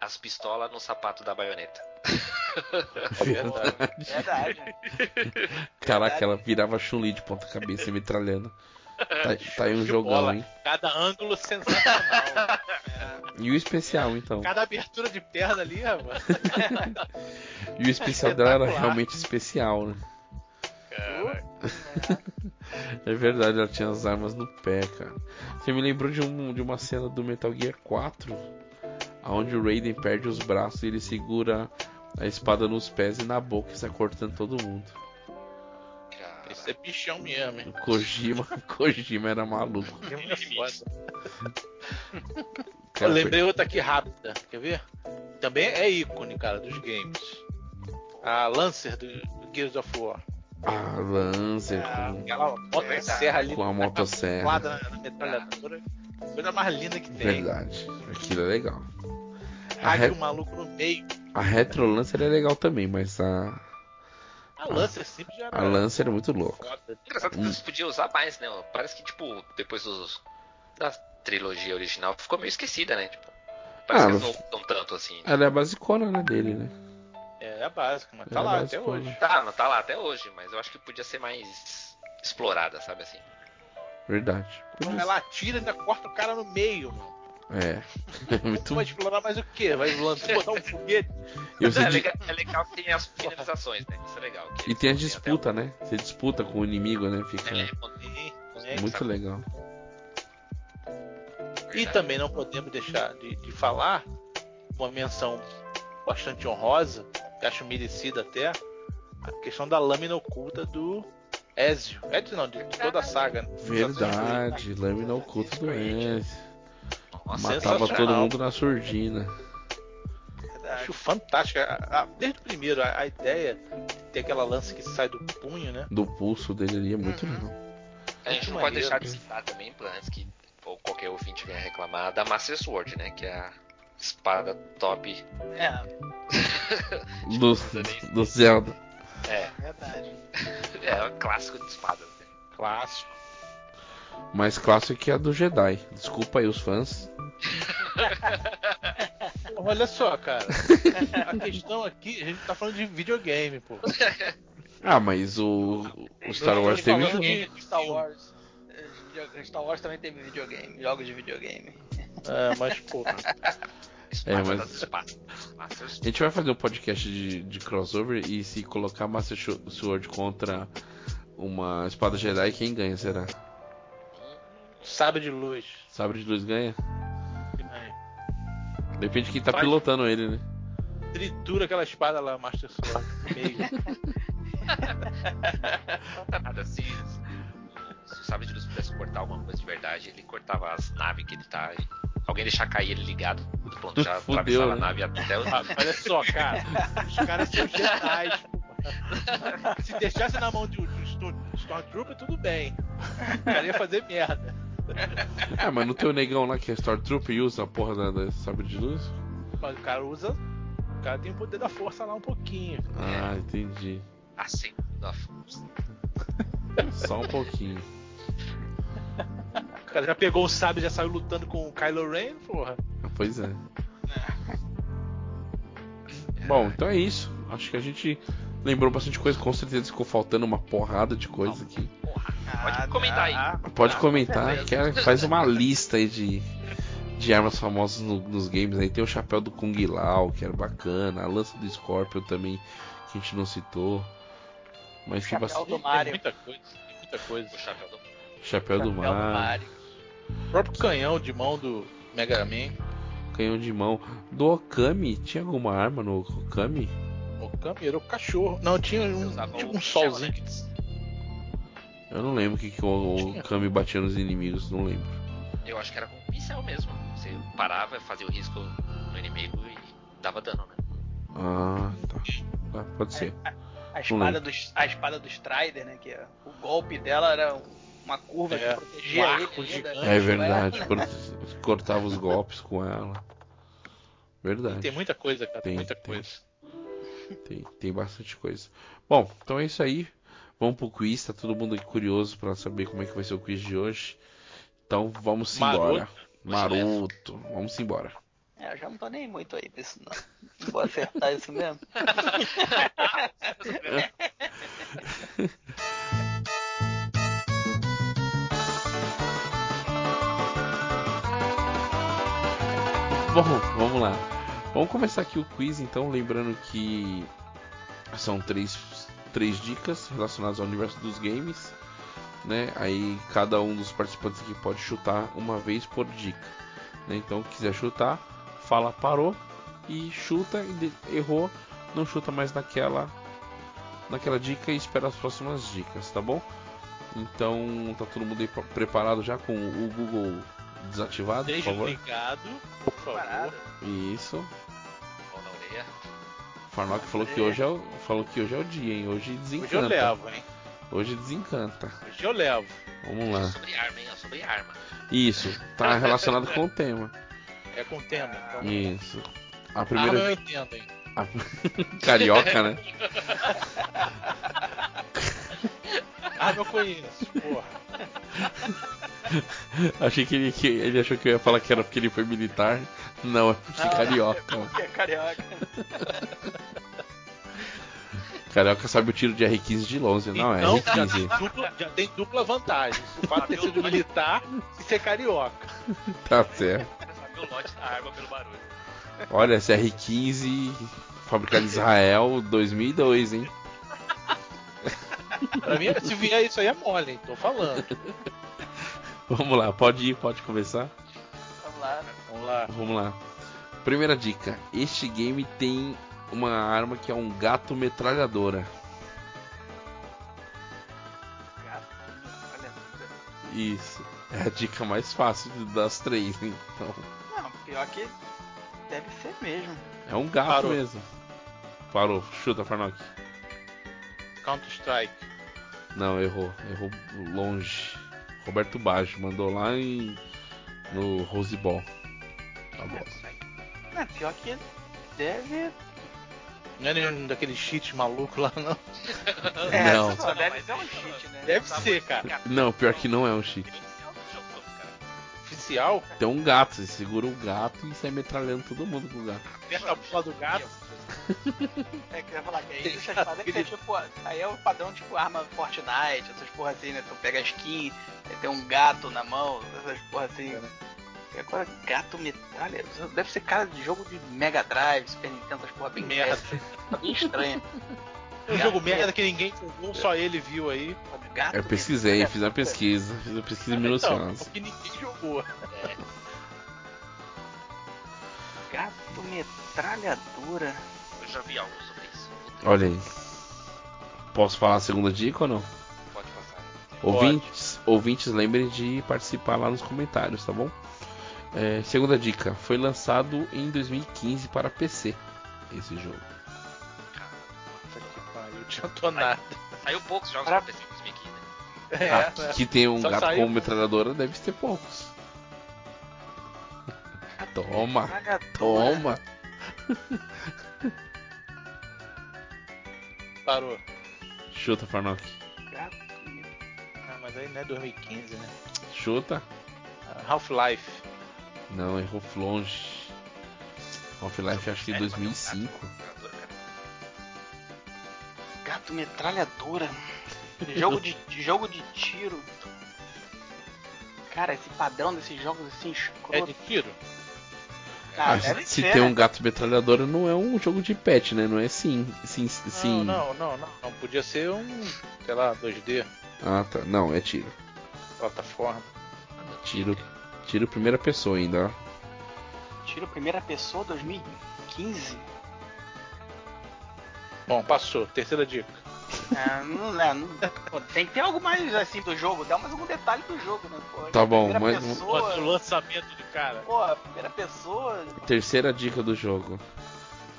B: As pistolas no sapato da baioneta. é?
D: Verdade.
C: Verdade.
A: Caraca, ela virava Chun-Li de ponta cabeça e metralhando. Tá, tá aí um
D: De
A: jogão,
D: bola.
A: hein?
D: Cada ângulo sensacional.
A: E o especial, então?
D: Cada abertura de perna ali, rapaz.
A: E o especial dela era
D: Espetacular.
A: realmente especial, né? É verdade, ela tinha as armas no pé, cara. Você me lembrou de, um, de uma cena do Metal Gear 4, onde o Raiden perde os braços e ele segura a espada nos pés e na boca e sai cortando todo mundo.
B: Cara,
D: Esse é bichão mesmo, hein?
A: O Kojima, Kojima era maluco.
D: É foda. Eu
A: Cara,
D: lembrei outra aqui rápida, quer ver? Também é ícone, cara, dos games. A Lancer do do Gears of War.
A: Ah, Lancer
D: Ah,
A: com,
D: Aquela motosserra ali
A: com a motosserra.
D: quadra na metralhadora. Coisa mais linda que tem.
A: Verdade, aquilo é legal. A,
D: Hague
A: re,
D: o maluco no meio.
A: a Retro Lancer é legal também, mas a,
D: A Lancer sempre já era
A: a Lancer é muito louca.
D: foda.
B: engraçado que
A: Hum.
B: eles podiam usar mais, né? Parece que, tipo, depois dos, da trilogia original ficou meio esquecida, né? Tipo, parece
A: Ah,
B: que eles não usam tanto assim.
A: Ela é a basicona né, dele, né?
D: É a básica, mas
A: É
D: tá
A: a
D: lá até
A: básica,
D: hoje.
A: né?
B: Tá, não tá lá até hoje, mas eu acho que podia ser mais explorada, sabe assim?
A: Verdade.
D: Então ela atira e ainda corta o cara no meio, mano.
A: É. Muito.
D: Tu vai explorar mais o quê? Vai lançar botar um foguete?
A: E,
B: é,
A: você di-
B: legal, é legal que tem as finalizações, né? Isso é legal. que
A: e tem a
B: eles até
A: disputa, né? Você disputa com o inimigo, né?
B: o-
A: Fica
B: É, quando-
D: É,
A: muito legal.
B: né?
D: E também não podemos deixar de, de falar uma menção bastante honrosa, que acho merecida até, a questão da lâmina oculta do Ezio. Ezio não, de toda a saga. né?
A: Verdade, lâmina oculta do Enzo.
B: Nossa,
A: Matava
D: sensacional.
A: todo mundo na surdina.
C: Verdade.
D: Acho fantástica. A- a- Desde o primeiro, a, a ideia de ter aquela lança que sai do punho, né?
A: Do pulso dele ali é muito
B: Uhum.
A: legal.
B: A gente não
D: Maneiro. né?
B: pode deixar de citar também, pra- antes que ou qualquer ouvinte venha reclamar, da Master Sword, né? Que é a espada top.
C: É,
A: Do,
B: Tipo, também.
A: do Zelda.
B: É,
C: verdade.
B: é o clássico de espadas. Né?
D: Clássico.
A: Mais clássico que é a do Jedi. Desculpa aí os fãs.
D: Olha só, cara. A questão aqui, a gente tá falando de videogame, pô.
A: Ah, mas o, o Star
D: Não
A: Wars
D: tô
A: teve
D: falando
A: junto.
D: de
C: Star Wars. eh, Star Wars também teve videogame, jogos de videogame.
D: É, mas, pô.
B: Espada
A: É, mas-
B: das espadas. Master
A: A gente vai fazer um podcast de, de crossover e se colocar Master Sho- Sword contra uma espada Jedi, quem ganha será?
D: Sabe de luz.
A: Sabre de luz ganha?
D: Que nem-
A: Depende de quem tá
B: Vai.
A: pilotando ele, né?
D: Tritura aquela espada lá, Master Sword. no Meio.
B: Sword, nada assim. Se o Sabre de Luz pudesse cortar alguma coisa de verdade, ele cortava as naves que ele tá. e Alguém deixar cair ele ligado, pronto, já
A: Fudeu,
B: atravessava a
A: né?
B: nave até o.
D: Ah, Olha só, cara. Os caras são Jedi. pô. Se deixasse na mão de um de um Storm- Stormtrooper, tudo bem. O cara ia fazer merda.
A: Ah, mas não tem o negão lá que é Stormtrooper e usa a porra da, da sabre de luz?
D: Mas o cara usa. O cara tem o poder da força lá um pouquinho.
A: Ah, entendi.
B: Assim, da força.
A: Só um pouquinho.
D: O cara já pegou o sabre já saiu lutando com o Kylo Ren, porra.
A: Pois é. Bom, então é isso. Acho que a gente lembrou bastante coisa. Com certeza ficou faltando uma porrada de coisa aqui.
B: Pode comentar aí.
A: Pode comentar, que é- faz uma lista aí de, de armas famosas no- nos games. Aí tem o chapéu do Kung Lao, que era bacana, a lança do Scorpion também, que a gente não citou. Mas tem
C: Chapéu
A: bastante.
C: do
D: Tem
C: Mario.
D: muita coisa. Tem muita coisa.
B: O chapéu do
A: Chapéu É do
C: Chapéu do
A: Mar,
C: Mario.
D: O próprio canhão de mão do Mega Man.
A: canhão de mão. Do Okami, tinha alguma arma no Okami?
D: O Camero, o cachorro. Não, tinha um,
B: Usava
D: tipo
B: o né,
D: um solzinho.
B: chama,
D: que
A: Eu não lembro o que, que o
D: Tinha.
A: Okami batia nos inimigos, não lembro.
B: Eu acho que era com um pincel mesmo. Você parava, fazia o risco no inimigo e dava dano, né?
A: Ah, tá. Tá, pode ser.
C: A espada, do, a espada do Strider, né? Que é- o golpe dela era uma curva
D: É,
C: que protegia
D: um
C: ele.
D: arco
C: né,
D: gigante.
C: da-
A: É verdade, cort- cortava os golpes com ela. Verdade.
D: Tem muita coisa, cara.
A: Tem,
D: muita
A: tem.
D: coisa.
A: Tem, tem bastante coisa. Bom, então é isso aí. Vamos pro quiz, tá todo mundo aqui curioso pra saber como é que vai ser o quiz de hoje. Então vamos embora. Maroto. Vamos embora.
C: É, eu já não tô nem muito aí pra isso, não. Não Vou acertar isso mesmo.
A: Bom, vamos lá. Vamos começar aqui o quiz, então, lembrando que são três, três dicas relacionadas ao universo dos games. Né? Aí cada um dos participantes aqui pode chutar uma vez por dica. né? Então, quiser chutar, fala parou e chuta, e de- errou, não chuta mais naquela naquela dica e espera as próximas dicas, tá bom? Então, tá todo mundo aí pre- preparado já com o Google desativado, por
D: Seja
A: favor?
D: ligado, por favor.
C: Parada.
A: Isso.
B: Mão na orelha.
A: Farnock falou que hoje é o, falou que hoje é o dia, hein? Hoje
D: Hoje eu
A: desencanta.
D: levo, hein?
A: Hoje desencanta.
D: Hoje eu levo.
A: Vamos
B: É
A: lá.
B: sobre arma, hein? É sobre arma.
A: Isso, tá relacionado com o tema.
D: É com o tema. Então...
A: Isso. A
D: Arma
A: primeira
D: eu entendo, hein?
A: Ah, carioca, né?
D: Arma Ah, eu conheço, porra.
A: Achei que ele, que ele achou que eu ia falar que era porque ele foi militar. Não, é porque carioca.
C: Que é carioca.
A: Carioca sabe o tiro de R15 de longe, não é
D: Então, já, tem
A: R15.
D: dupla, já tem dupla vantagem. O fato de ter sido militar e ser carioca.
A: Tá certo.
B: Sabe o lote da arma pelo barulho.
A: Olha, esse R15 fabricado em Israel 2002, hein?
D: Pra mim, se vier isso aí é mole, hein? Tô falando.
A: Vamos lá, pode ir, pode começar.
C: Vamos lá.
D: Vamos lá.
A: Vamos lá. Primeira dica: este game tem uma arma que é um gato metralhadora.
C: Gato. Olha.
A: Isso. É a dica mais fácil das três, hein? então.
C: Não, pior que deve ser mesmo.
A: É um gato
D: Parou.
A: mesmo. Parou. Chuta, Farnock.
D: Counter-Strike.
A: Não, errou. Errou longe. Roberto Baggio mandou lá em no Rose Ball. Tá bom.
C: Não, pior que deve.
D: Não é nenhum daqueles cheats maluco lá, não.
A: Não.
C: É, Só deve ser um cheat, né?
D: Deve ser, cara.
A: Não, pior que não é um cheat.
D: Oficial?
A: Tem um gato, você segura o gato e sai metralhando todo mundo com o gato.
D: Aperta a bola do gato.
C: É que eu ia falar que aí essas paradas que é tipo. Aí é o padrão tipo arma Fortnite, essas porra assim, né? Tu pega a skin, aí tem um gato na mão, essas porra assim.
A: É, né?
C: E agora gato metralha. Deve ser cara de jogo de Mega Drive, Super Nintendo, essas porra bem
D: Merda.
C: péssimas, Bem estranha.
D: É um jogo merda que ninguém jogou, só ele viu aí.
C: Gato
A: Eu pesquisei,
C: metralha,
A: fiz uma
C: puta.
A: pesquisa, fiz uma pesquisa
D: Então,
A: minuciosa.
D: porque ninguém jogou.
C: Gato metralhadora.
B: Eu já vi algo sobre isso. Puta,
A: Olha aí. Posso falar a segunda dica ou não?
B: Pode passar.
A: Ouvintes, ouvintes, lembrem de participar lá nos comentários, tá bom? É, segunda dica, foi lançado em 2015 para PC esse jogo.
D: Puta que pariu, não adiantou nada.
B: Saiu poucos jogos
C: Pra-
B: pra PC em 2015. né?
D: É,
A: Ah, que tem um
D: Só
A: gato
D: saiu
A: com
D: um.
A: metralhadora, deve ter poucos. Toma,
C: Metralhadora.
A: toma.
D: parou.
A: Chuta, Farnock.
C: Gato metralhadora.
D: Ah, mas aí não é 2015, né?
A: Chuta.
D: Ah, Half-Life.
A: Não, errou longe. Half-Life acho que
B: Sério, mas é um
A: 2005.
B: gato, cara.
C: Gato metralhadora. jogo de, de jogo de tiro. Cara, esse padrão desses jogos assim
D: É
C: escroto.
D: de tiro?
C: Ah,
A: Ah,
C: deve
A: se
C: ser,
A: tem
C: né?
A: um gato metralhadora, não é um jogo de pet, né? Não é sim. sim, sim.
D: Não, não, não, não. Podia ser um, sei lá, 2D,
A: Ah, tá. Não, é tiro.
D: plataforma.
A: Tiro. Tiro primeira pessoa ainda, ó. um
C: Tiro primeira pessoa 2015.
D: Bom, passou. Terceira dica.
C: Ah, não, não, não- pô, tem que ter algo mais assim do jogo, dá mais algum detalhe do jogo, né? Pô,
A: Tá bom,
C: primeira
A: mas-
D: Mas o
C: pessoa,
D: lançamento do cara.
C: pô, primeira pessoa.
A: Terceira dica do jogo.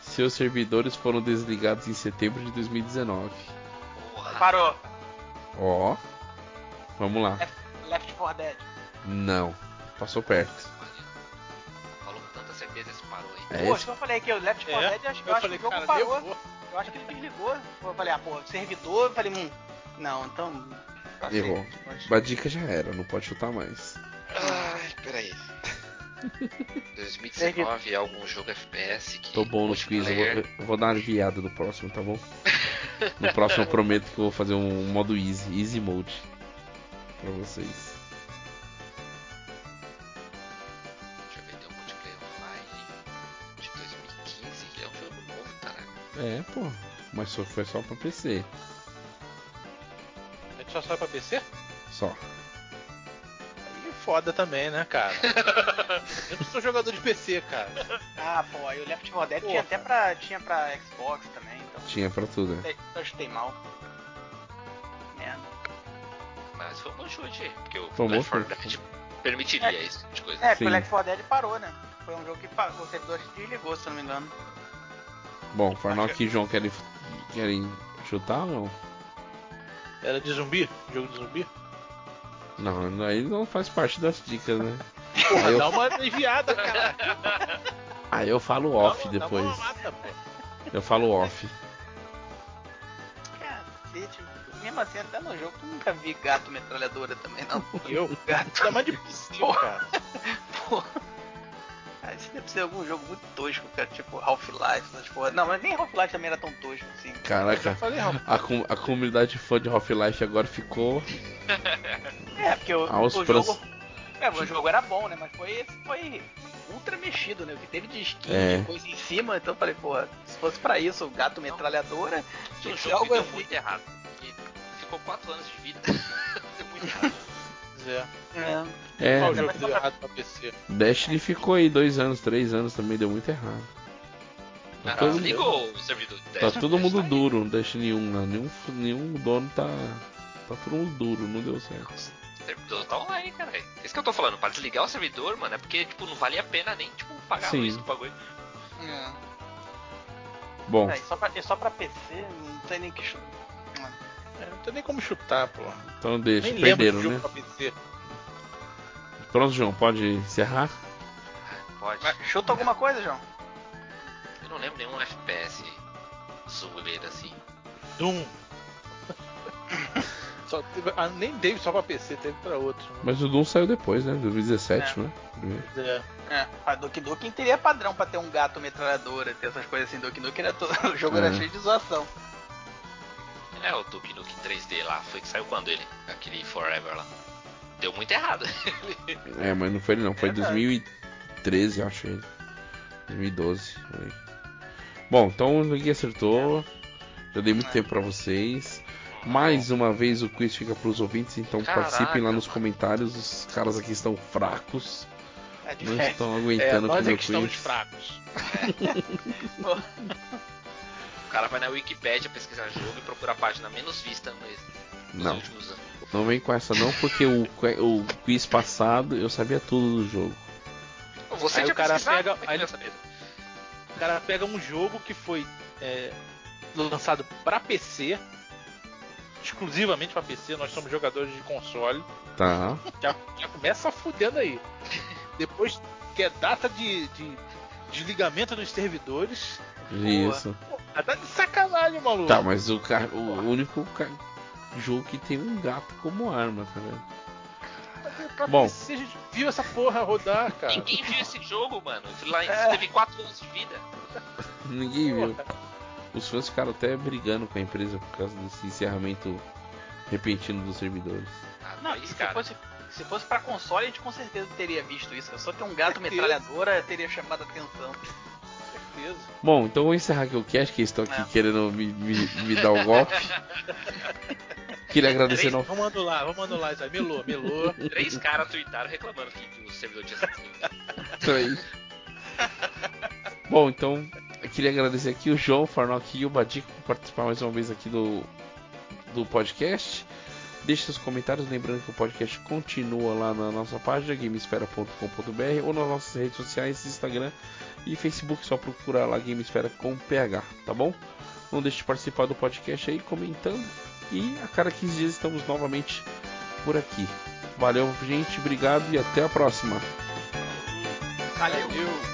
A: Seus servidores foram desligados em setembro de 2019.
B: Porra,
C: Parou.
A: Ó. Vamos lá.
C: Left, Left 4 Dead.
A: Não. Passou perto.
B: falou com tanta certeza esse parou aí.
A: É
C: Pô,
A: esse?
C: eu falei aqui, o Left 4 Dead, eu acho, eu
D: É. eu
C: acho
D: falei,
C: que o
D: cara,
C: jogo parou.
D: levou.
C: Eu acho que ele desligou. Eu falei, ah, pô, servidor, eu falei, hum, não, então. passei.
A: Errou. A dica já era, não pode chutar mais.
B: Ai, peraí. 2019 é algum jogo FPS que.
A: Tô bom nos quiz, eu vou,
B: multiplayer-
A: eu vou dar uma aliviada no próximo, tá bom? No próximo eu prometo que eu vou fazer um modo easy, easy mode. Pra vocês.
B: Deixa eu ver, tem um multiplayer online de 2015, que é um jogo novo, caralho.
A: É, pô. Mas só foi só pra PC.
D: A gente só sai pra PC?
A: Só.
D: Aí é foda também, né, cara? eu não sou jogador de PC, cara.
C: Ah, pô, aí o Left 4 Dead tinha até
D: Porra.
C: pra, tinha pra Xbox também, então.
A: Tinha pra tudo, né?
C: Chutei- Eu chutei mal. Merda.
B: Mas foi um bom chute, porque o
A: Foi um bom
B: Left 4
A: chute.
B: Dead permitiria esse tipo de coisa.
C: É, porque o
A: Sim.
C: Left 4 Dead parou, né? Foi um jogo que parou, o servidor desligou, se eu não me engano.
A: Bom, Farnock e João querem, querem chutar ou não?
D: Era de zumbi? Jogo de zumbi?
A: Não, aí não faz parte das dicas, né?
D: Porra,
A: Aí eu-
D: dá uma enviada, cara.
A: Aí eu falo off
D: Dá uma-
A: depois.
D: Dá uma mata, pô.
A: Eu falo off.
C: Cacete, É, mesmo assim, até no jogo eu nunca vi gato metralhadora também, não. Tipo,
D: Eu?
C: Gato.
D: Dá mais de PC, cara.
C: Porra. Ah, Isso deve ser algum jogo muito tosco, cara, tipo Half-Life, essas porra. Não, mas nem Half-Life também era tão tosco assim.
D: Eu
A: Caraca,
D: falei, rapaz.
A: a, com- a comunidade fã de Half-Life agora ficou
C: É, porque o,
A: aos
C: o
A: pras-
C: jogo. É, o jogo era bom, né? Mas foi, foi ultra mexido, né? O que teve de skin,
A: É.
C: de coisa em cima, então eu falei, porra, se fosse pra isso, o gato metralhadora,
B: Isso é um
C: Esse
B: jogo que
C: jogo é
B: deu muito errado. E ficou 4 anos de vida. deu muito
A: Tá
B: errado.
D: É.
C: É.
A: É,
D: Qual
A: né?
D: jogo deu errado pra PC?
A: Destiny ficou aí dois anos, três anos também, deu muito errado. Tá
B: Cara,
A: todo,
B: Ah, ligou o servidor de
A: tá
B: teste.
A: todo mundo
B: Sai.
A: duro, Destiny 1 lá. Nenhum, f- nenhum dono tá. Tá todo mundo duro, não deu certo.
B: O servidor tá online, cara. Esse que eu tô falando, pra desligar o servidor, mano, é porque, tipo, não valia a pena nem, tipo, pagar
A: Sim.
B: a luz do bagulho.
A: Bom,
C: É, e só pra, e só pra PC, não tem nem que chutar.
D: É, não tem nem como chutar, pô.
A: então deixa,
D: Nem lembro
A: perderam,
D: de jogo
A: né?
D: pra PC.
A: Pronto, João, pode encerrar?
B: Pode.
C: Mas Chuta alguma coisa, João?
B: Eu não lembro nenhum FPS zoeira assim.
D: Doom. Só teve- ah, nem teve só pra PC, teve pra outro. né?
A: Mas o Doom saiu depois, né? 2017,
C: É.
A: né? Primeiro.
D: É.
C: É, a Doki Doki teria padrão pra ter um gato metralhadora, ter essas coisas assim. Doki Doki era todo... o jogo
A: É.
C: era cheio de zoação.
B: É, o Duke Nukem 3D lá, foi que saiu quando ele? Aquele Forever lá. Deu muito errado.
A: É, mas não foi ele não, foi
C: Verdade.
A: 2013, eu acho ele. 2012, por aí. Bom, então ninguém acertou. Já dei muito
C: É.
A: tempo pra vocês. Mais uma vez o quiz fica pros ouvintes, então
B: Caraca,
A: participem lá nos
B: mano.
A: comentários. Os caras aqui estão fracos,
C: É
A: não
C: difícil.
A: estão
D: É,
A: aguentando com
D: nós
A: o
D: é
A: meu
D: que estamos
A: quiz.
D: fracos.
B: O cara vai na Wikipedia pesquisar jogo e procurar a página menos vista no- nos
A: Não.
B: últimos anos.
A: Não vem com essa não, porque o, que- o quiz passado eu sabia tudo do jogo.
B: Você
D: Aí
B: tinha
D: o cara
B: pesquisado,
D: pega-
B: como é que
D: aí
B: eu
D: ele-
B: ia saber?
D: O cara pega um jogo que foi é, lançado pra PC, exclusivamente pra PC, nós somos jogadores de console.
A: Tá.
D: Já, já começa fudendo aí. Depois que é data de, de desligamento dos servidores.
A: é Isso.
D: Pô, tá de sacanagem, maluco.
A: Tá, mas o, ca- o único ca- jogo que tem um gato como arma, tá vendo?
D: Pra
A: Bom.
D: PC a gente viu essa porra rodar, cara.
B: Ninguém viu esse jogo, mano. Ele lá-
C: É.
B: teve 4 anos de vida.
A: Ninguém viu. Os fãs ficaram até brigando com a empresa por causa desse encerramento repentino dos servidores.
B: Ah,
C: Não,
B: mas,
C: e se
B: cara.
C: fosse, se fosse pra console, a gente com certeza teria visto isso. Só ter um gato
D: Certeza.
C: metralhadora teria chamado a atenção.
D: Certeza.
A: Bom, então eu vou encerrar aqui o cast, que eles estão aqui
C: É.
A: querendo me, me- me dar o golpe. Queria agradecer não.
D: Vamos anular, vamos anular isso aí. Melô, melô.
B: Três caras tuitaram reclamando que o servidor tinha sido desligado.
A: Peraí. Bom, então eu queria agradecer aqui o João, o Farnock e o Badico por participar mais uma vez aqui do, do podcast. Deixe seus comentários, lembrando que o podcast continua lá na nossa página gamespera.com.br ou nas nossas redes sociais, Instagram e Facebook, só procurar lá Gamespera com PH, tá bom? Não deixe de participar do podcast aí comentando e a cada 15 dias estamos novamente por aqui. Valeu, gente, obrigado e até a próxima.
C: Valeu.
D: Valeu.